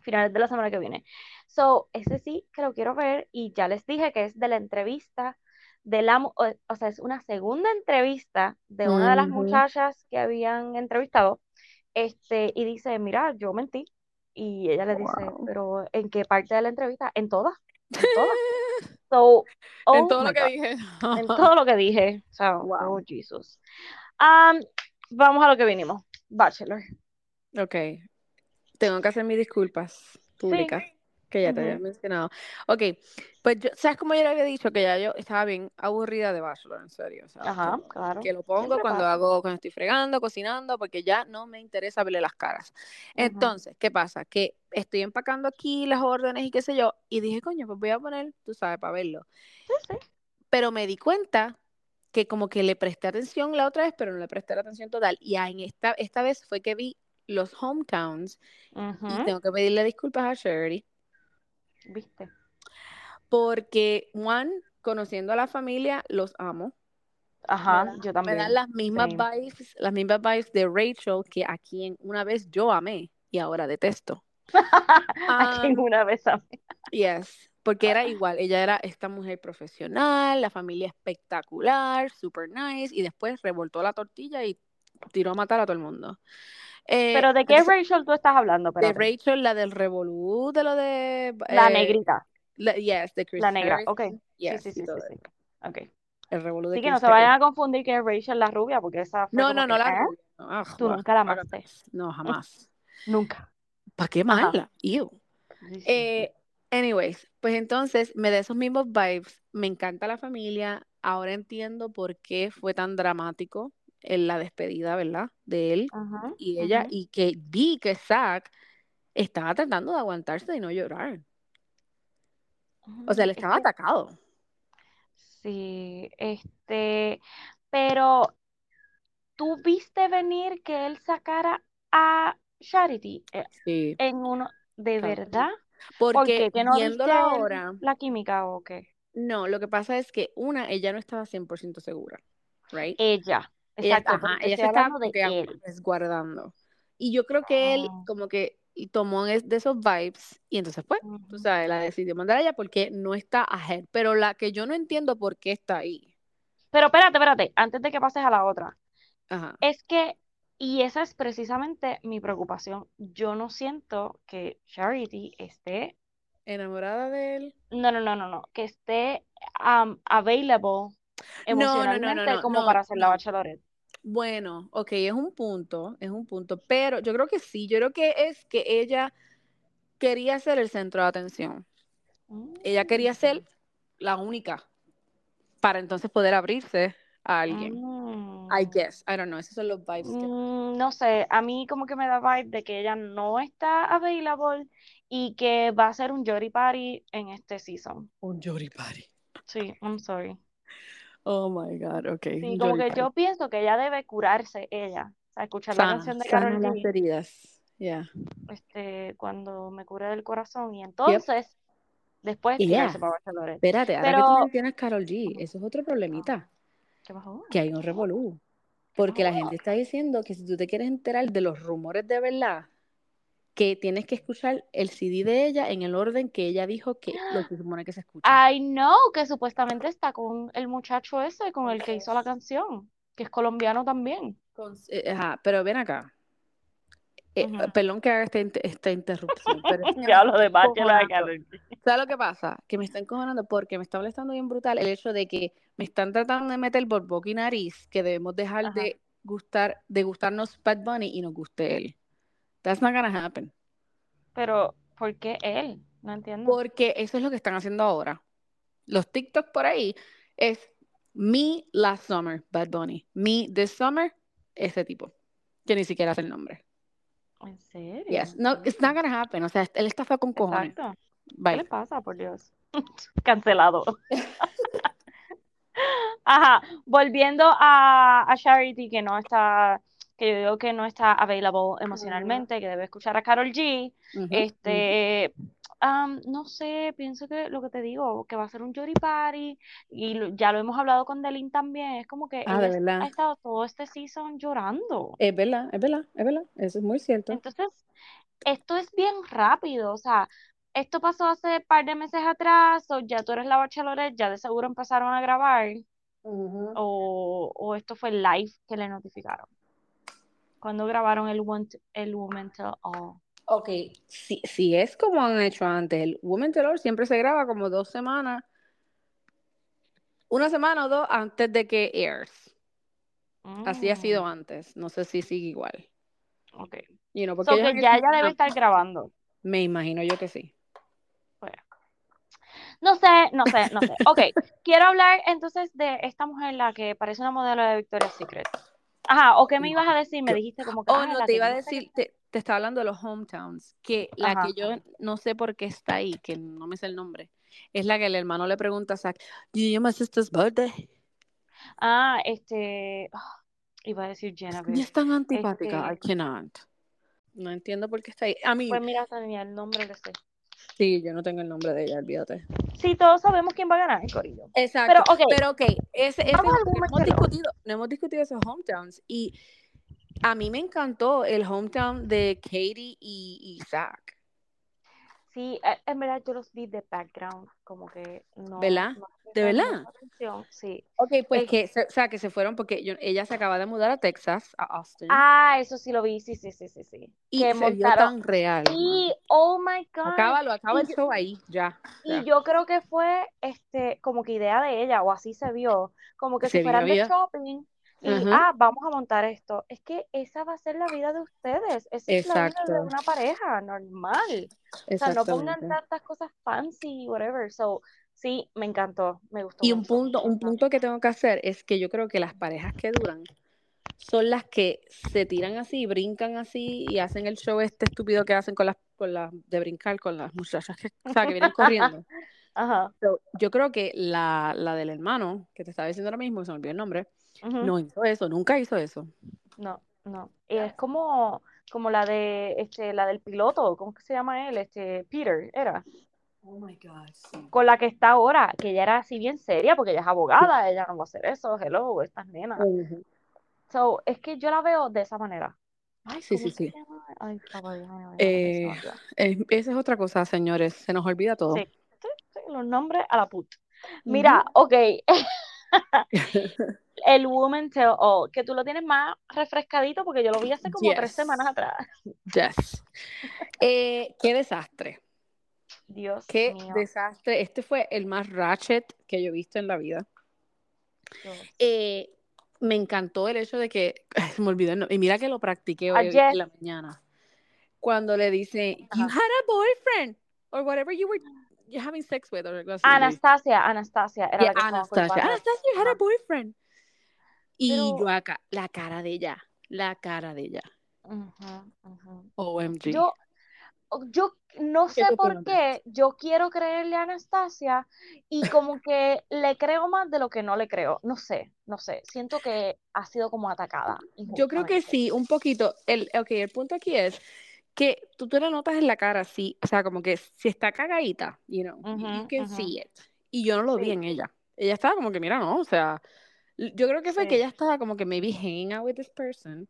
[SPEAKER 2] finales de la semana que viene. So, ese sí que lo quiero ver y ya les dije que es de la entrevista de la, mu- o, o sea, es una segunda entrevista de una de las
[SPEAKER 1] Ujú.
[SPEAKER 2] muchachas que habían entrevistado, este, y dice, mira, yo mentí. Y ella le dice,
[SPEAKER 1] Wow.
[SPEAKER 2] pero ¿en qué parte de la entrevista? En todas, en todas. So,
[SPEAKER 1] en
[SPEAKER 2] oh
[SPEAKER 1] todo
[SPEAKER 2] my
[SPEAKER 1] lo que
[SPEAKER 2] God,
[SPEAKER 1] dije.
[SPEAKER 2] en todo lo que dije. O sea, oh
[SPEAKER 1] Wow.
[SPEAKER 2] Jesus. Am, vamos a lo que vinimos, Bachelor.
[SPEAKER 1] Ok. Tengo que hacer mis disculpas
[SPEAKER 2] Sí.
[SPEAKER 1] públicas, que ya te había
[SPEAKER 2] ujú.
[SPEAKER 1] mencionado. Ok, pues yo, ¿sabes cómo yo le había dicho? Que ya yo estaba bien aburrida de Bachelor, en serio. O sea,
[SPEAKER 2] Ajá,
[SPEAKER 1] como
[SPEAKER 2] claro.
[SPEAKER 1] que lo pongo
[SPEAKER 2] Siempre
[SPEAKER 1] cuando
[SPEAKER 2] pasa.
[SPEAKER 1] hago, cuando estoy fregando, cocinando, porque ya no me interesa verle las caras.
[SPEAKER 2] Ujú.
[SPEAKER 1] Entonces, ¿qué pasa? Que estoy empacando aquí las órdenes y qué sé yo, y dije, coño, pues voy a poner, tú sabes, para verlo.
[SPEAKER 2] Sí, sí.
[SPEAKER 1] Pero me di cuenta que como que le presté atención la otra vez, pero no le presté la atención total. Y ah, en esta, esta vez fue que vi los hometowns y
[SPEAKER 2] Ujú,
[SPEAKER 1] tengo que pedirle disculpas a Sherry
[SPEAKER 2] ¿Viste?
[SPEAKER 1] porque Juan, conociendo a la familia, los amo. Me
[SPEAKER 2] Ajá,
[SPEAKER 1] dan,
[SPEAKER 2] yo
[SPEAKER 1] me dan
[SPEAKER 2] también.
[SPEAKER 1] las mismas
[SPEAKER 2] Same.
[SPEAKER 1] vibes, las mismas vibes de Rachel que a quien una vez yo amé y ahora detesto.
[SPEAKER 2] Aquí
[SPEAKER 1] Um,
[SPEAKER 2] una vez a mí.
[SPEAKER 1] yes, porque era igual, ella era esta mujer profesional, la familia espectacular, super nice y después revoltó la tortilla y tiró a matar a todo el mundo. Eh,
[SPEAKER 2] Pero ¿de qué
[SPEAKER 1] entonces,
[SPEAKER 2] Rachel tú estás hablando?
[SPEAKER 1] de
[SPEAKER 2] Espérate.
[SPEAKER 1] Rachel, la del revolú, de lo de
[SPEAKER 2] La
[SPEAKER 1] eh,
[SPEAKER 2] negrita,
[SPEAKER 1] La- yes, de Chris
[SPEAKER 2] la negra. Ok.
[SPEAKER 1] Harrison.
[SPEAKER 2] Sí, sí,
[SPEAKER 1] Yes, y
[SPEAKER 2] sí, sí,
[SPEAKER 1] todo eso.
[SPEAKER 2] sí. Ok.
[SPEAKER 1] El revolú de
[SPEAKER 2] Sí, que no
[SPEAKER 1] Chris
[SPEAKER 2] se vayan
[SPEAKER 1] Harrison.
[SPEAKER 2] a confundir que es Rachel la rubia, porque esa fue
[SPEAKER 1] No,
[SPEAKER 2] como
[SPEAKER 1] no,
[SPEAKER 2] que,
[SPEAKER 1] no, la
[SPEAKER 2] ¿eh?
[SPEAKER 1] rubia. No, ah,
[SPEAKER 2] Tú
[SPEAKER 1] guau,
[SPEAKER 2] nunca la
[SPEAKER 1] guácatras.
[SPEAKER 2] amaste.
[SPEAKER 1] No, jamás.
[SPEAKER 2] Nunca.
[SPEAKER 1] ¿Para qué
[SPEAKER 2] Ajá.
[SPEAKER 1] mala? Ew.
[SPEAKER 2] Sí, sí, sí.
[SPEAKER 1] Eh, anyways, pues entonces me da esos mismos vibes. Me encanta la familia. Ahora entiendo por qué fue tan dramático en la despedida, ¿verdad? De él
[SPEAKER 2] Ajá,
[SPEAKER 1] y ella.
[SPEAKER 2] ajá.
[SPEAKER 1] Y que vi que Zack estaba tratando de aguantarse y no llorar. O sea,
[SPEAKER 2] Mm,
[SPEAKER 1] le
[SPEAKER 2] Es
[SPEAKER 1] estaba
[SPEAKER 2] que
[SPEAKER 1] atacado.
[SPEAKER 2] sí, este, pero tú viste venir que él sacara a Charity eh,
[SPEAKER 1] Sí,
[SPEAKER 2] en uno, ¿de
[SPEAKER 1] cabrón.
[SPEAKER 2] verdad? ¿Por
[SPEAKER 1] Porque
[SPEAKER 2] qué? ¿Que no viste
[SPEAKER 1] viéndola
[SPEAKER 2] el-
[SPEAKER 1] ahora.
[SPEAKER 2] la química o qué?
[SPEAKER 1] No, lo que pasa es que una, ella no estaba 100% segura, right?
[SPEAKER 2] Ella,
[SPEAKER 1] Ella,
[SPEAKER 2] exacto, pero
[SPEAKER 1] ajá,
[SPEAKER 2] te
[SPEAKER 1] ella
[SPEAKER 2] estoy
[SPEAKER 1] se estaba
[SPEAKER 2] hablando
[SPEAKER 1] como
[SPEAKER 2] de
[SPEAKER 1] que a-
[SPEAKER 2] él.
[SPEAKER 1] resguardando. Y yo creo que él
[SPEAKER 2] Ah,
[SPEAKER 1] como que y tomó es- de esos vibes y entonces pues, tú
[SPEAKER 2] ujú.
[SPEAKER 1] sabes, la decidió mandar a ella porque no está ahead, pero la que yo no entiendo por qué está ahí.
[SPEAKER 2] Pero espérate, espérate, antes de que pases a la otra.
[SPEAKER 1] Ajá.
[SPEAKER 2] Es que, y esa es precisamente mi preocupación, yo no siento que Charity esté,
[SPEAKER 1] Enamorada de él.
[SPEAKER 2] no, no, no, no, no, que esté um,
[SPEAKER 1] No, no,
[SPEAKER 2] available
[SPEAKER 1] no, no,
[SPEAKER 2] emocionalmente
[SPEAKER 1] no,
[SPEAKER 2] como
[SPEAKER 1] no,
[SPEAKER 2] para hacer la
[SPEAKER 1] no.
[SPEAKER 2] bachelorette.
[SPEAKER 1] Bueno, ok, es un punto, es un punto, pero yo creo que sí, yo creo que es que ella quería ser el centro de atención. Ella quería ser
[SPEAKER 2] Mm,
[SPEAKER 1] la única para entonces poder abrirse a alguien. I
[SPEAKER 2] mm,
[SPEAKER 1] guess, I don't know, esos son los vibes que me dan.
[SPEAKER 2] mm, no sé, a mí como que me da vibe de que ella no está available y que va a ser un Jory Party en este season.
[SPEAKER 1] Un Jory Party.
[SPEAKER 2] Sí, I'm sorry.
[SPEAKER 1] Oh my God, ok,
[SPEAKER 2] Sí,
[SPEAKER 1] un
[SPEAKER 2] como
[SPEAKER 1] Jory
[SPEAKER 2] que
[SPEAKER 1] Party.
[SPEAKER 2] yo pienso que ella debe curarse ella. O sea, escuchar la
[SPEAKER 1] Sana,
[SPEAKER 2] canción de
[SPEAKER 1] sana
[SPEAKER 2] Carol
[SPEAKER 1] las
[SPEAKER 2] G,
[SPEAKER 1] heridas. Yeah.
[SPEAKER 2] este, cuando me cure del corazón. Y
[SPEAKER 1] Yep.
[SPEAKER 2] entonces después
[SPEAKER 1] Yeah.
[SPEAKER 2] tirarse para Bachelorette.
[SPEAKER 1] Espérate, ahora que
[SPEAKER 2] Pero-
[SPEAKER 1] tú mencionas Carol G, eso es otro problemita,
[SPEAKER 2] Ah, ¿Qué pasó?
[SPEAKER 1] que hay un revolú. Porque la gente está diciendo que si tú te quieres enterar de los rumores de verdad, que tienes que escuchar el CD de ella en el orden que ella dijo que lo que se supone que se escucha.
[SPEAKER 2] I know que supuestamente está con el muchacho ese, con el que hizo la canción, que es colombiano también.
[SPEAKER 1] Con- eh, ajá, pero ven acá. Eh,
[SPEAKER 2] Ujú.
[SPEAKER 1] Perdón que haga esta, inter- esta interrupción. Pero es que me
[SPEAKER 2] Ya hablo de
[SPEAKER 1] está
[SPEAKER 2] Bachelor
[SPEAKER 1] encojonando. ¿Sabes lo que pasa? Que me están encojonando porque me está molestando bien brutal el hecho de que me están tratando de meter por boca y nariz que debemos dejar
[SPEAKER 2] Ajá.
[SPEAKER 1] de gustar, de gustarnos Bad Bunny y nos guste él. That's not gonna happen.
[SPEAKER 2] Pero, ¿por qué él? No entiendo.
[SPEAKER 1] Porque eso es lo que están haciendo ahora. Los TikTok por ahí es me last summer, Bad Bunny. Me this summer, ese tipo. Que ni siquiera hace el nombre.
[SPEAKER 2] ¿En serio?
[SPEAKER 1] Yes. No, it's not gonna happen. O sea, él está feo con cojones.
[SPEAKER 2] Exacto. Este, ¿Qué le
[SPEAKER 1] Bye.
[SPEAKER 2] pasa, por Dios? Cancelado. Ajá, volviendo a, a Charity, que no está, que yo digo que no está available emocionalmente, que debe escuchar a Carol G.
[SPEAKER 1] Ujú,
[SPEAKER 2] Este, am, no sé, pienso que lo que te digo, que va a ser un Yori Party, y lo- ya lo hemos hablado con Delin también, es como que
[SPEAKER 1] Ah, de
[SPEAKER 2] ella es-
[SPEAKER 1] verdad.
[SPEAKER 2] ha estado todo este season llorando.
[SPEAKER 1] Es verdad, es verdad, es verdad. Eso es muy cierto.
[SPEAKER 2] Entonces, esto es bien rápido, o sea, esto pasó hace par de meses atrás, o ya tú eres la Bachelorette, ya de seguro empezaron a grabar,
[SPEAKER 1] Ujú.
[SPEAKER 2] o, o esto fue live que le notificaron. Cuando grabaron el, want, el Woman Tell All.
[SPEAKER 1] Ok, si, si es como han hecho antes, el Women Terror siempre se graba como dos semanas, una semana o dos antes de que airs. Así ha sido
[SPEAKER 2] Mm,
[SPEAKER 1] antes. No sé si sigue igual.
[SPEAKER 2] ok.
[SPEAKER 1] You know, porque
[SPEAKER 2] So
[SPEAKER 1] ellos
[SPEAKER 2] que
[SPEAKER 1] han
[SPEAKER 2] ya
[SPEAKER 1] hecho-
[SPEAKER 2] ella debe estar grabando.
[SPEAKER 1] Me imagino yo que sí.
[SPEAKER 2] No sé, no sé, no sé. Ok, quiero hablar entonces de esta mujer, la que parece una modelo de Victoria's Secret. Ajá, ¿o qué me
[SPEAKER 1] No,
[SPEAKER 2] ibas a decir? Me
[SPEAKER 1] yo-
[SPEAKER 2] dijiste como que...
[SPEAKER 1] Oh,
[SPEAKER 2] ah,
[SPEAKER 1] no,
[SPEAKER 2] la
[SPEAKER 1] te
[SPEAKER 2] que
[SPEAKER 1] iba a
[SPEAKER 2] dice que-
[SPEAKER 1] decir, te, te estaba hablando de los hometowns, que la
[SPEAKER 2] Ajá.
[SPEAKER 1] que yo no sé por qué está ahí, que no me sé el nombre, es la que el hermano le pregunta a Zack, "Do you my sister's birthday?"
[SPEAKER 2] Ah, este... ah, iba a decir
[SPEAKER 1] Y
[SPEAKER 2] Genevieve.
[SPEAKER 1] es tan antipática,
[SPEAKER 2] Este-
[SPEAKER 1] I cannot. No entiendo por qué está ahí. A mí,
[SPEAKER 2] Pues mira, tenía el nombre de ese.
[SPEAKER 1] sí, yo no tengo el nombre de ella, olvídate.
[SPEAKER 2] Sí, todos sabemos quién va a ganar, Corillo.
[SPEAKER 1] Exacto,
[SPEAKER 2] Pero, ok.
[SPEAKER 1] pero ok, ese, ese-
[SPEAKER 2] Vamos al
[SPEAKER 1] no
[SPEAKER 2] Women's
[SPEAKER 1] hemos
[SPEAKER 2] Salon.
[SPEAKER 1] discutido, no hemos discutido esos hometowns y a mí me encantó el hometown de Katie y, y Zack,
[SPEAKER 2] Sí, eh, en verdad yo los vi de background, como que no...
[SPEAKER 1] ¿Verdad?
[SPEAKER 2] no me
[SPEAKER 1] ¿De
[SPEAKER 2] llamó
[SPEAKER 1] verdad?
[SPEAKER 2] la atención, Sí.
[SPEAKER 1] Ok, pues
[SPEAKER 2] Eh,
[SPEAKER 1] que, se, o sea, que se fueron porque yo- ella se acaba de mudar a Texas, a Austin,
[SPEAKER 2] Ah, eso sí lo vi, sí, sí, sí, sí, sí.
[SPEAKER 1] y
[SPEAKER 2] Que
[SPEAKER 1] se vio
[SPEAKER 2] montaron...
[SPEAKER 1] tan real.
[SPEAKER 2] Y,
[SPEAKER 1] mano.
[SPEAKER 2] oh my God.
[SPEAKER 1] Acábalo, acaba
[SPEAKER 2] Y
[SPEAKER 1] el
[SPEAKER 2] yo-
[SPEAKER 1] show ahí, ya.
[SPEAKER 2] Y yo creo que fue este como que idea de ella, o así se vio, como que
[SPEAKER 1] Se
[SPEAKER 2] si fueran
[SPEAKER 1] vio
[SPEAKER 2] de
[SPEAKER 1] ya.
[SPEAKER 2] shopping y
[SPEAKER 1] Ajá.
[SPEAKER 2] ah, vamos a montar esto. Es que esa va a ser la vida de ustedes, esa es la vida de
[SPEAKER 1] Exacto.
[SPEAKER 2] una pareja normal. O sea, no pongan
[SPEAKER 1] Exactamente.
[SPEAKER 2] tantas cosas fancy, whatever. So, sí, me encantó, me gustó
[SPEAKER 1] Y un
[SPEAKER 2] mucho.
[SPEAKER 1] punto, un punto que tengo que hacer es que yo creo que las parejas que duran son las que se tiran así, brincan así y hacen el show este estúpido que hacen con las, con las, de brincar con las muchachas que, o sea, que vienen corriendo.
[SPEAKER 2] Ajá.
[SPEAKER 1] So, yo creo que la, la del hermano, que te estaba diciendo ahora mismo, que se me olvidó el nombre,
[SPEAKER 2] Ujú.
[SPEAKER 1] no hizo eso, nunca hizo eso.
[SPEAKER 2] No, no. Y es como, como la de este, la del piloto, ¿cómo que se llama él? Este, Peter, era.
[SPEAKER 1] Oh my God, sí.
[SPEAKER 2] con la que está ahora, que ella era así bien seria, porque ella es abogada, ella no va a hacer eso, hello, estas nenas.
[SPEAKER 1] Ujú.
[SPEAKER 2] So, es que yo la veo de esa manera. Ay,
[SPEAKER 1] Sí,
[SPEAKER 2] ¿cómo
[SPEAKER 1] sí,
[SPEAKER 2] es que
[SPEAKER 1] sí.
[SPEAKER 2] se llama? Ay, papá, Dios mío, Dios mío, se me
[SPEAKER 1] Eh,
[SPEAKER 2] olvidó.
[SPEAKER 1] eh, esa es otra cosa, señores, se nos olvida todo.
[SPEAKER 2] Sí, sí, sí, los nombres a la puta.
[SPEAKER 1] Ujú.
[SPEAKER 2] Mira, ok, el Woman Tell All, que tú lo tienes más refrescadito porque yo lo vi hace como tres
[SPEAKER 1] Yes.
[SPEAKER 2] semanas atrás.
[SPEAKER 1] Yes. Eh, qué desastre.
[SPEAKER 2] Dios
[SPEAKER 1] Qué
[SPEAKER 2] mío.
[SPEAKER 1] desastre. Este fue el más ratchet que yo he visto en la vida.
[SPEAKER 2] Dios.
[SPEAKER 1] Eh, me encantó el hecho de que, se me olvidó, el no- y mira que lo practiqué hoy
[SPEAKER 2] Ayer.
[SPEAKER 1] en la mañana, cuando le dice, you had
[SPEAKER 2] Ajá.
[SPEAKER 1] a boyfriend, or whatever you were you're having sex with, or algo así. le dice.
[SPEAKER 2] Anastasia, Anastasia, era
[SPEAKER 1] Yeah,
[SPEAKER 2] Ah, la que estaba
[SPEAKER 1] Anastasia,
[SPEAKER 2] culpando.
[SPEAKER 1] Anastasia, you had a
[SPEAKER 2] Ajá.
[SPEAKER 1] boyfriend. Y
[SPEAKER 2] Pero-
[SPEAKER 1] yo acá, la cara de ella, la cara de ella.
[SPEAKER 2] Ujú, ujú.
[SPEAKER 1] OMG.
[SPEAKER 2] Yo, o- yo no sé
[SPEAKER 1] eso fue
[SPEAKER 2] por
[SPEAKER 1] lo
[SPEAKER 2] qué, yo quiero creerle a Anastasia y como que le creo más de lo que no le creo. No sé, no sé. Siento que ha sido como atacada.
[SPEAKER 1] Yo creo que
[SPEAKER 2] injustamente.
[SPEAKER 1] sí, un poquito. El, ok, el punto aquí es que tú te lo notas en la cara, sí, o sea, como que si está cagadita, you know,
[SPEAKER 2] Ujú,
[SPEAKER 1] you can
[SPEAKER 2] ujú.
[SPEAKER 1] see it. Y yo no lo vi
[SPEAKER 2] Sí.
[SPEAKER 1] en ella. Ella estaba como que, mira, no, o sea, l- yo creo que fue
[SPEAKER 2] Sí.
[SPEAKER 1] que ella estaba como que maybe hanging out with this person,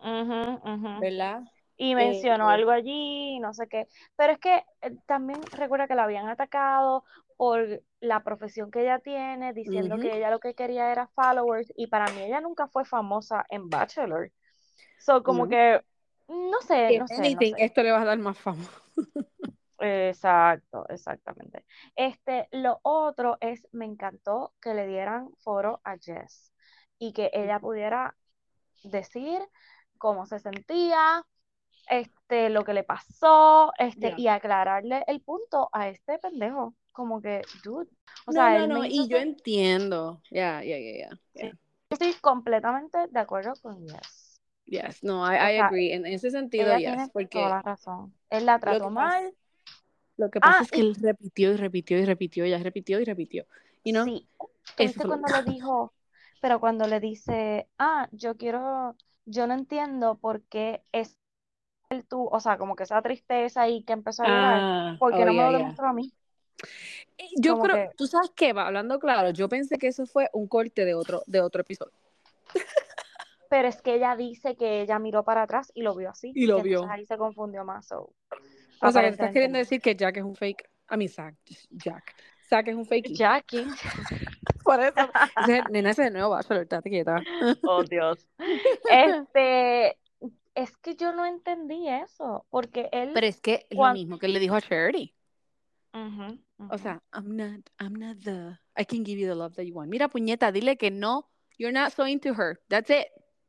[SPEAKER 2] Ujú, ujú.
[SPEAKER 1] ¿verdad?
[SPEAKER 2] y mencionó
[SPEAKER 1] Eh,
[SPEAKER 2] algo allí, no sé qué. Pero es que eh, también recuerda que la habían atacado por la profesión que ella tiene, diciendo
[SPEAKER 1] Ujú.
[SPEAKER 2] que ella lo que quería era followers, y para mí ella nunca fue famosa en Bachelor. So, como
[SPEAKER 1] No.
[SPEAKER 2] que, no sé,
[SPEAKER 1] If
[SPEAKER 2] no sé, no
[SPEAKER 1] Eh, anything,
[SPEAKER 2] sé.
[SPEAKER 1] esto le va a dar más fama.
[SPEAKER 2] Exacto, exactamente. Este, lo otro es, me encantó que le dieran foro a Jess y que ella pudiera decir cómo se sentía, este, lo que le pasó, este,
[SPEAKER 1] Ya.
[SPEAKER 2] y aclararle el punto a este pendejo. Como que, dude,
[SPEAKER 1] No,
[SPEAKER 2] o sea,
[SPEAKER 1] no,
[SPEAKER 2] él me
[SPEAKER 1] no,
[SPEAKER 2] hizo
[SPEAKER 1] y yo
[SPEAKER 2] ser,
[SPEAKER 1] entiendo. Ya, ya, ya, ya,
[SPEAKER 2] sí,
[SPEAKER 1] ya.
[SPEAKER 2] yo estoy completamente de acuerdo con Jess.
[SPEAKER 1] Yes, no, I,
[SPEAKER 2] O
[SPEAKER 1] I
[SPEAKER 2] sea,
[SPEAKER 1] agree. En ese sentido,
[SPEAKER 2] ella
[SPEAKER 1] yes,
[SPEAKER 2] tiene toda
[SPEAKER 1] porque
[SPEAKER 2] la razón. Él la
[SPEAKER 1] lo
[SPEAKER 2] trató
[SPEAKER 1] que pasa,
[SPEAKER 2] mal.
[SPEAKER 1] lo que pasa
[SPEAKER 2] Ah,
[SPEAKER 1] es que
[SPEAKER 2] y
[SPEAKER 1] él repitió y repitió y repitió, ya repitió y repitió. Y no,
[SPEAKER 2] sí,
[SPEAKER 1] eso
[SPEAKER 2] tuviste
[SPEAKER 1] fue lo
[SPEAKER 2] cuando le dijo, pero cuando le dice, ah, yo quiero, yo no entiendo por qué es el tú, o sea, como que esa tristeza y que empezó a llorar,
[SPEAKER 1] Ah,
[SPEAKER 2] ¿por qué
[SPEAKER 1] oh,
[SPEAKER 2] no me
[SPEAKER 1] ya,
[SPEAKER 2] lo
[SPEAKER 1] ya.
[SPEAKER 2] demostró a mí?
[SPEAKER 1] Eh, Yo
[SPEAKER 2] Como
[SPEAKER 1] creo,
[SPEAKER 2] que,
[SPEAKER 1] tú sabes qué, va hablando claro, yo pensé que eso fue un corte de otro, de otro episodio.
[SPEAKER 2] Pero es que ella dice que ella miró para atrás y lo vio así,
[SPEAKER 1] Y
[SPEAKER 2] y
[SPEAKER 1] lo
[SPEAKER 2] entonces
[SPEAKER 1] vio.
[SPEAKER 2] ahí se confundió más. so,
[SPEAKER 1] O sea, que tú estás
[SPEAKER 2] aparentemente
[SPEAKER 1] queriendo
[SPEAKER 2] no.
[SPEAKER 1] decir que Jack es un fake. A mí, Zack, Jack. Zack es un fakey.
[SPEAKER 2] Jackie.
[SPEAKER 1] Por eso. Ese es, nena, ese es el nuevo Bachelor, estate quieta.
[SPEAKER 2] Oh, Dios. Este, es que yo no entendí eso, porque él,
[SPEAKER 1] Pero es que es lo
[SPEAKER 2] cuando,
[SPEAKER 1] mismo que le dijo a Charity. O sea, I'm not, I'm not the, I can give you the love that you want. Mira, puñeta, dile que no, you're not so into her. That's it.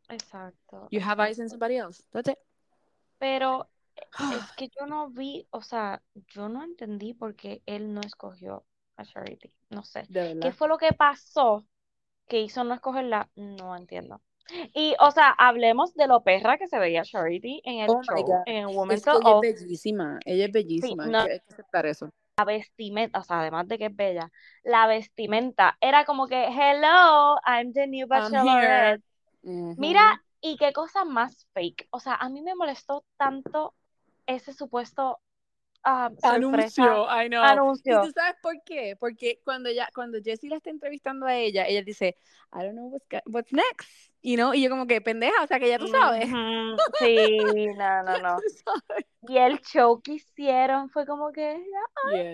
[SPEAKER 2] Exacto,
[SPEAKER 1] You have eyes on
[SPEAKER 2] exacto.
[SPEAKER 1] somebody else. That's it.
[SPEAKER 2] Pero es que yo no vi, o sea, yo no entendí por qué él no escogió a Charity. No sé.
[SPEAKER 1] De
[SPEAKER 2] ¿Qué
[SPEAKER 1] verdad.
[SPEAKER 2] fue lo que pasó que hizo no escogerla? No entiendo. Y, o sea, hablemos de lo perra que se veía Charity en el
[SPEAKER 1] Oh my
[SPEAKER 2] show,
[SPEAKER 1] God.
[SPEAKER 2] en
[SPEAKER 1] Es
[SPEAKER 2] Women's
[SPEAKER 1] que
[SPEAKER 2] Talk.
[SPEAKER 1] ella es
[SPEAKER 2] Oh,
[SPEAKER 1] bellísima. Ella es
[SPEAKER 2] sí,
[SPEAKER 1] bellísima. Hay
[SPEAKER 2] no,
[SPEAKER 1] que, hay que aceptar eso.
[SPEAKER 2] la vestimenta, o sea, además de que es bella, la vestimenta era como que, hello, I'm the
[SPEAKER 1] I'm here.
[SPEAKER 2] new bachelorette. Mira,
[SPEAKER 1] Ujú.
[SPEAKER 2] y qué cosa más fake. O sea, a mí me molestó tanto ese supuesto ah, sorpresa
[SPEAKER 1] Anuncio, I know. Y tú
[SPEAKER 2] anuncio.
[SPEAKER 1] sabes por qué, porque cuando ya, cuando Jessie la está entrevistando a ella, ella dice, I don't know what's, go- what's next, you know, y yo como que pendeja, o sea que ya tú sabes,
[SPEAKER 2] Ujú, Sí, no, Mm, no,
[SPEAKER 1] ya tú
[SPEAKER 2] no.
[SPEAKER 1] sabes.
[SPEAKER 2] Y el show que hicieron fue como que, ay, tengo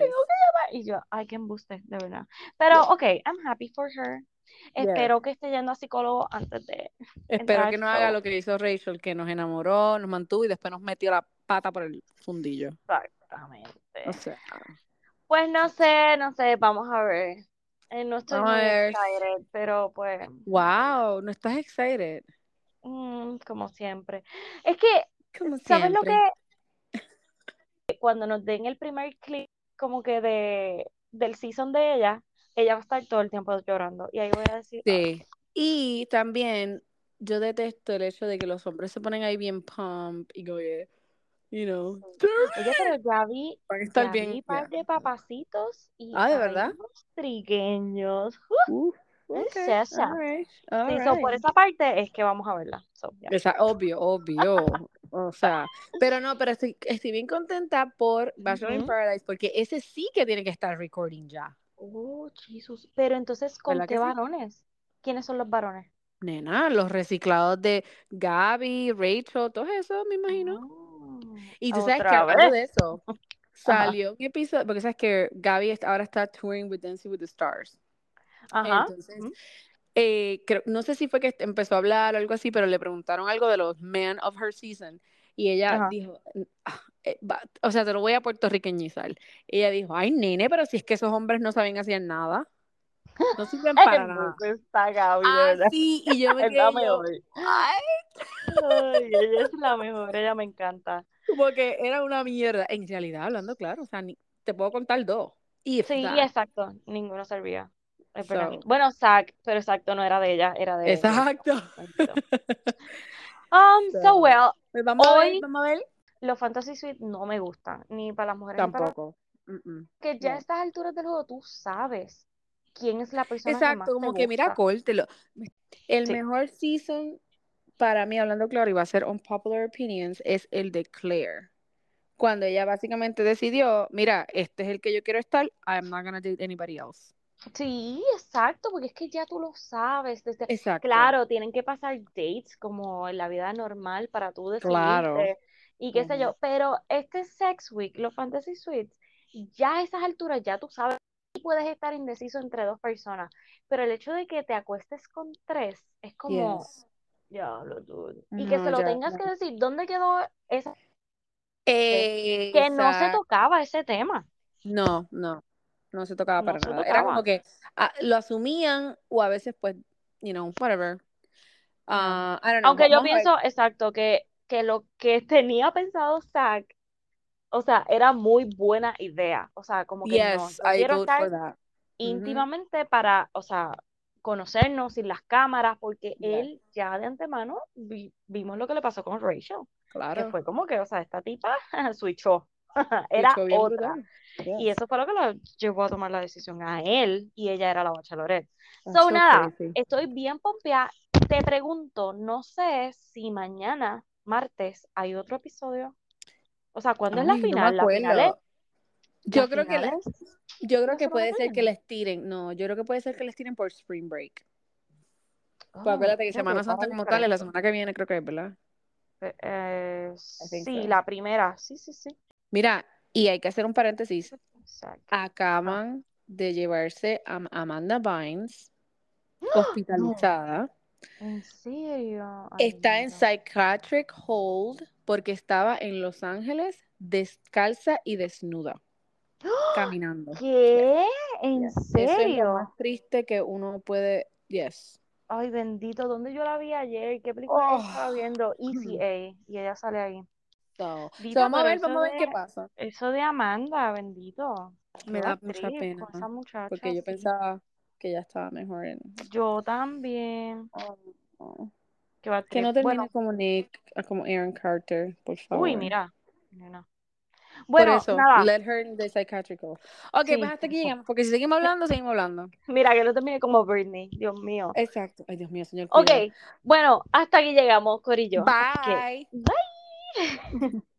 [SPEAKER 1] Yes,
[SPEAKER 2] que llamar. Y yo, ay, qué embuste, de verdad. Pero,
[SPEAKER 1] yes,
[SPEAKER 2] ok, I'm happy for her.
[SPEAKER 1] yes.
[SPEAKER 2] Espero que esté yendo a psicólogo antes de entrar
[SPEAKER 1] Espero
[SPEAKER 2] al
[SPEAKER 1] que no haga
[SPEAKER 2] show.
[SPEAKER 1] lo que hizo Rachel, que nos enamoró, nos mantuvo y después nos metió la pata por el fundillo. O
[SPEAKER 2] Exactamente.
[SPEAKER 1] sea,
[SPEAKER 2] Pues no sé, no sé, vamos a ver. Eh, no estoy
[SPEAKER 1] vamos a
[SPEAKER 2] muy
[SPEAKER 1] ver.
[SPEAKER 2] excited, pero pues,
[SPEAKER 1] Wow, no estás excited,
[SPEAKER 2] mm, como siempre. Es que,
[SPEAKER 1] como
[SPEAKER 2] ¿sabes lo que?
[SPEAKER 1] siempre.
[SPEAKER 2] Cuando nos den el primer clip, como que de, del season de ella, ella va a estar todo el tiempo llorando. Y ahí voy a decir, "Ah,
[SPEAKER 1] Sí. Y también yo detesto el hecho de que los hombres se ponen ahí bien pump y como que, you know,
[SPEAKER 2] sí. Oye, pero ya vi,
[SPEAKER 1] van a estar
[SPEAKER 2] ya
[SPEAKER 1] bien.
[SPEAKER 2] vi par
[SPEAKER 1] ya.
[SPEAKER 2] de papacitos y
[SPEAKER 1] Ah, ¿de
[SPEAKER 2] hay
[SPEAKER 1] verdad?
[SPEAKER 2] unos trigueños.
[SPEAKER 1] Uf,
[SPEAKER 2] ¡Uh!
[SPEAKER 1] okay,
[SPEAKER 2] Sha,
[SPEAKER 1] all
[SPEAKER 2] sha.
[SPEAKER 1] right, all
[SPEAKER 2] Sí, so por
[SPEAKER 1] right.
[SPEAKER 2] esa parte es que vamos a verla. So, ya.
[SPEAKER 1] Esa- obvio, obvio. O sea, pero no, pero estoy, estoy bien contenta por Bachelor in
[SPEAKER 2] Ujú.
[SPEAKER 1] Paradise porque ese sí que tiene que estar recording ya.
[SPEAKER 2] Oh, Jesús. Pero entonces, ¿con
[SPEAKER 1] ¿Verdad
[SPEAKER 2] qué
[SPEAKER 1] que sí?
[SPEAKER 2] varones? ¿Quiénes son los varones?
[SPEAKER 1] Nena, los reciclados de Gaby, Rachel, todos esos, me imagino.
[SPEAKER 2] Oh,
[SPEAKER 1] Y tú sabes que
[SPEAKER 2] otra
[SPEAKER 1] hablando
[SPEAKER 2] vez.
[SPEAKER 1] de eso,
[SPEAKER 2] Ajá,
[SPEAKER 1] salió un episodio, porque sabes que Gaby est- ahora está touring with Dancing with the Stars.
[SPEAKER 2] ajá.
[SPEAKER 1] Entonces,
[SPEAKER 2] ujú.
[SPEAKER 1] eh, creo- no sé si fue que est- empezó a hablar o algo así, pero le preguntaron algo de los men of her season. Y ella
[SPEAKER 2] Ajá.
[SPEAKER 1] dijo, "N- ah, eh, va- o sea, te lo voy a puertorriqueñizar. Ella dijo, ay, nene, pero si es que esos hombres no saben hacer nada, no sirven para nada.
[SPEAKER 2] Entonces está Gaby, de
[SPEAKER 1] Ah,
[SPEAKER 2] verdad.
[SPEAKER 1] sí, y yo me
[SPEAKER 2] Es la
[SPEAKER 1] quedé yo,
[SPEAKER 2] mejor.
[SPEAKER 1] ay,
[SPEAKER 2] Ay, ella es la mejor, ella me encanta.
[SPEAKER 1] como que era una mierda. En realidad, hablando claro, o sea, ni- te puedo contar dos, if
[SPEAKER 2] Sí,
[SPEAKER 1] that.
[SPEAKER 2] exacto. Ninguno servía. Es verdad.
[SPEAKER 1] So,
[SPEAKER 2] Bueno, Zach, pero exacto, no era de ella, era de Rachel.
[SPEAKER 1] exacto.
[SPEAKER 2] Bendito. Um, so
[SPEAKER 1] So,
[SPEAKER 2] well,
[SPEAKER 1] pues vamos a ver,
[SPEAKER 2] hoy
[SPEAKER 1] vamos a ver.
[SPEAKER 2] los Fantasy Suite no me gustan, ni para las mujeres ni para los
[SPEAKER 1] Tampoco. Mm-mm.
[SPEAKER 2] que ya a
[SPEAKER 1] No.
[SPEAKER 2] estas alturas del juego tú sabes quién es la persona que más
[SPEAKER 1] Exacto,
[SPEAKER 2] te
[SPEAKER 1] como que mira,
[SPEAKER 2] gusta.
[SPEAKER 1] córtelo. El
[SPEAKER 2] Sí,
[SPEAKER 1] mejor season. para mí, hablando claro, y va a ser unpopular opinions, es el de Claire. Cuando ella básicamente decidió, mira, este es el que yo quiero estar, I'm not gonna date anybody else.
[SPEAKER 2] Sí, exacto, porque es que ya tú lo sabes. Desde...
[SPEAKER 1] Exacto.
[SPEAKER 2] Claro, tienen que pasar dates como en la vida normal para tú decidirte
[SPEAKER 1] Claro.
[SPEAKER 2] y qué sé yo. Pero este Sex Week, los Fantasy Suites, ya a esas alturas ya tú sabes que puedes estar indeciso entre dos personas. Pero el hecho de que te acuestes con tres es como,
[SPEAKER 1] Yes.
[SPEAKER 2] diablo, dude. Y que
[SPEAKER 1] No,
[SPEAKER 2] se lo
[SPEAKER 1] ya,
[SPEAKER 2] tengas
[SPEAKER 1] no.
[SPEAKER 2] que decir, ¿dónde quedó esa?
[SPEAKER 1] Eh,
[SPEAKER 2] Que no se
[SPEAKER 1] exacto.
[SPEAKER 2] tocaba ese tema.
[SPEAKER 1] No, no, no se tocaba
[SPEAKER 2] No
[SPEAKER 1] para
[SPEAKER 2] se
[SPEAKER 1] nada. Era
[SPEAKER 2] tocaba.
[SPEAKER 1] como que ah, lo asumían o a veces pues, you know, whatever. Ah, I don't know,
[SPEAKER 2] Aunque yo
[SPEAKER 1] vamos a ver.
[SPEAKER 2] pienso, exacto, que, que lo que tenía pensado Zack, o sea, era muy buena idea. O sea, como que no,
[SPEAKER 1] Yes,
[SPEAKER 2] yo
[SPEAKER 1] I
[SPEAKER 2] quiero
[SPEAKER 1] vote
[SPEAKER 2] estar
[SPEAKER 1] for that.
[SPEAKER 2] íntimamente para, o sea, conocernos sin las cámaras, porque
[SPEAKER 1] Yeah.
[SPEAKER 2] él ya de antemano vi- vimos lo que le pasó con Rachel, que
[SPEAKER 1] Claro.
[SPEAKER 2] fue como que, o sea, esta tipa switchó, era
[SPEAKER 1] Escuchó bien
[SPEAKER 2] otra.
[SPEAKER 1] brutal.
[SPEAKER 2] Y eso fue lo que lo llevó a tomar la decisión a él, y ella era la bachelorette.
[SPEAKER 1] That's
[SPEAKER 2] So,
[SPEAKER 1] so
[SPEAKER 2] nada,
[SPEAKER 1] crazy.
[SPEAKER 2] estoy bien pompeada. Te pregunto, no sé si mañana, martes, hay otro episodio. O sea, ¿cuándo es la
[SPEAKER 1] Ay, no me
[SPEAKER 2] final? ¿La final es-
[SPEAKER 1] acuerdo. Yo
[SPEAKER 2] la
[SPEAKER 1] creo que la-
[SPEAKER 2] final es-
[SPEAKER 1] yo creo
[SPEAKER 2] no
[SPEAKER 1] que
[SPEAKER 2] se lo
[SPEAKER 1] puede ser que
[SPEAKER 2] mandaron?
[SPEAKER 1] les tiren. No, yo creo que puede ser que les tiren por spring break. Pues
[SPEAKER 2] Oh,
[SPEAKER 1] acuérdate que
[SPEAKER 2] creo
[SPEAKER 1] Semana
[SPEAKER 2] es
[SPEAKER 1] Santa
[SPEAKER 2] para
[SPEAKER 1] como tal es
[SPEAKER 2] diferente.
[SPEAKER 1] la semana que viene, creo que es, ¿verdad?
[SPEAKER 2] Eh,
[SPEAKER 1] think
[SPEAKER 2] sí,
[SPEAKER 1] so.
[SPEAKER 2] la primera. Sí, sí, sí.
[SPEAKER 1] Mira, y hay que hacer un paréntesis. Ah.
[SPEAKER 2] Exacto. Ah.
[SPEAKER 1] Acaban de llevarse a Amanda Bynes
[SPEAKER 2] ¡Ah!
[SPEAKER 1] hospitalizada.
[SPEAKER 2] ¿En serio? Ay,
[SPEAKER 1] Está en
[SPEAKER 2] mira.
[SPEAKER 1] psychiatric hold porque estaba en Los Ángeles descalza y desnuda, caminando.
[SPEAKER 2] ¡Ah! ¿Qué? ¿En
[SPEAKER 1] Eso es lo
[SPEAKER 2] serio?
[SPEAKER 1] más triste que uno puede. Yes.
[SPEAKER 2] Ay, bendito, ¿dónde yo la vi ayer? ¿Qué película
[SPEAKER 1] Oh.
[SPEAKER 2] estaba viendo? Easy A. Y ella sale ahí.
[SPEAKER 1] So, so
[SPEAKER 2] Dita,
[SPEAKER 1] vamos a
[SPEAKER 2] pero
[SPEAKER 1] ver,
[SPEAKER 2] eso
[SPEAKER 1] vamos a ver
[SPEAKER 2] de-
[SPEAKER 1] qué pasa.
[SPEAKER 2] Eso de Amanda, bendito.
[SPEAKER 1] Me
[SPEAKER 2] Qué
[SPEAKER 1] da
[SPEAKER 2] actriz
[SPEAKER 1] mucha pena,
[SPEAKER 2] con esa muchacha,
[SPEAKER 1] Porque yo
[SPEAKER 2] sí.
[SPEAKER 1] pensaba que ya estaba mejor en.
[SPEAKER 2] Yo también.
[SPEAKER 1] Oh, no.
[SPEAKER 2] Qué actriz.
[SPEAKER 1] Que no termine
[SPEAKER 2] eh, Bueno,
[SPEAKER 1] como Nick, ah, como Aaron Carter, por favor.
[SPEAKER 2] uy, mira. Nena. Bueno,
[SPEAKER 1] por eso,
[SPEAKER 2] nada.
[SPEAKER 1] let her in the psychiatric hole. Ok,
[SPEAKER 2] Sí,
[SPEAKER 1] pues hasta aquí
[SPEAKER 2] sí.
[SPEAKER 1] llegamos, porque si seguimos hablando, seguimos hablando.
[SPEAKER 2] Mira, que no termine como Britney. Dios mío.
[SPEAKER 1] Exacto. Ay, Dios mío, señor.
[SPEAKER 2] Ok,
[SPEAKER 1] cuidado.
[SPEAKER 2] bueno, hasta aquí llegamos, Corillo. Así que-
[SPEAKER 1] Bye.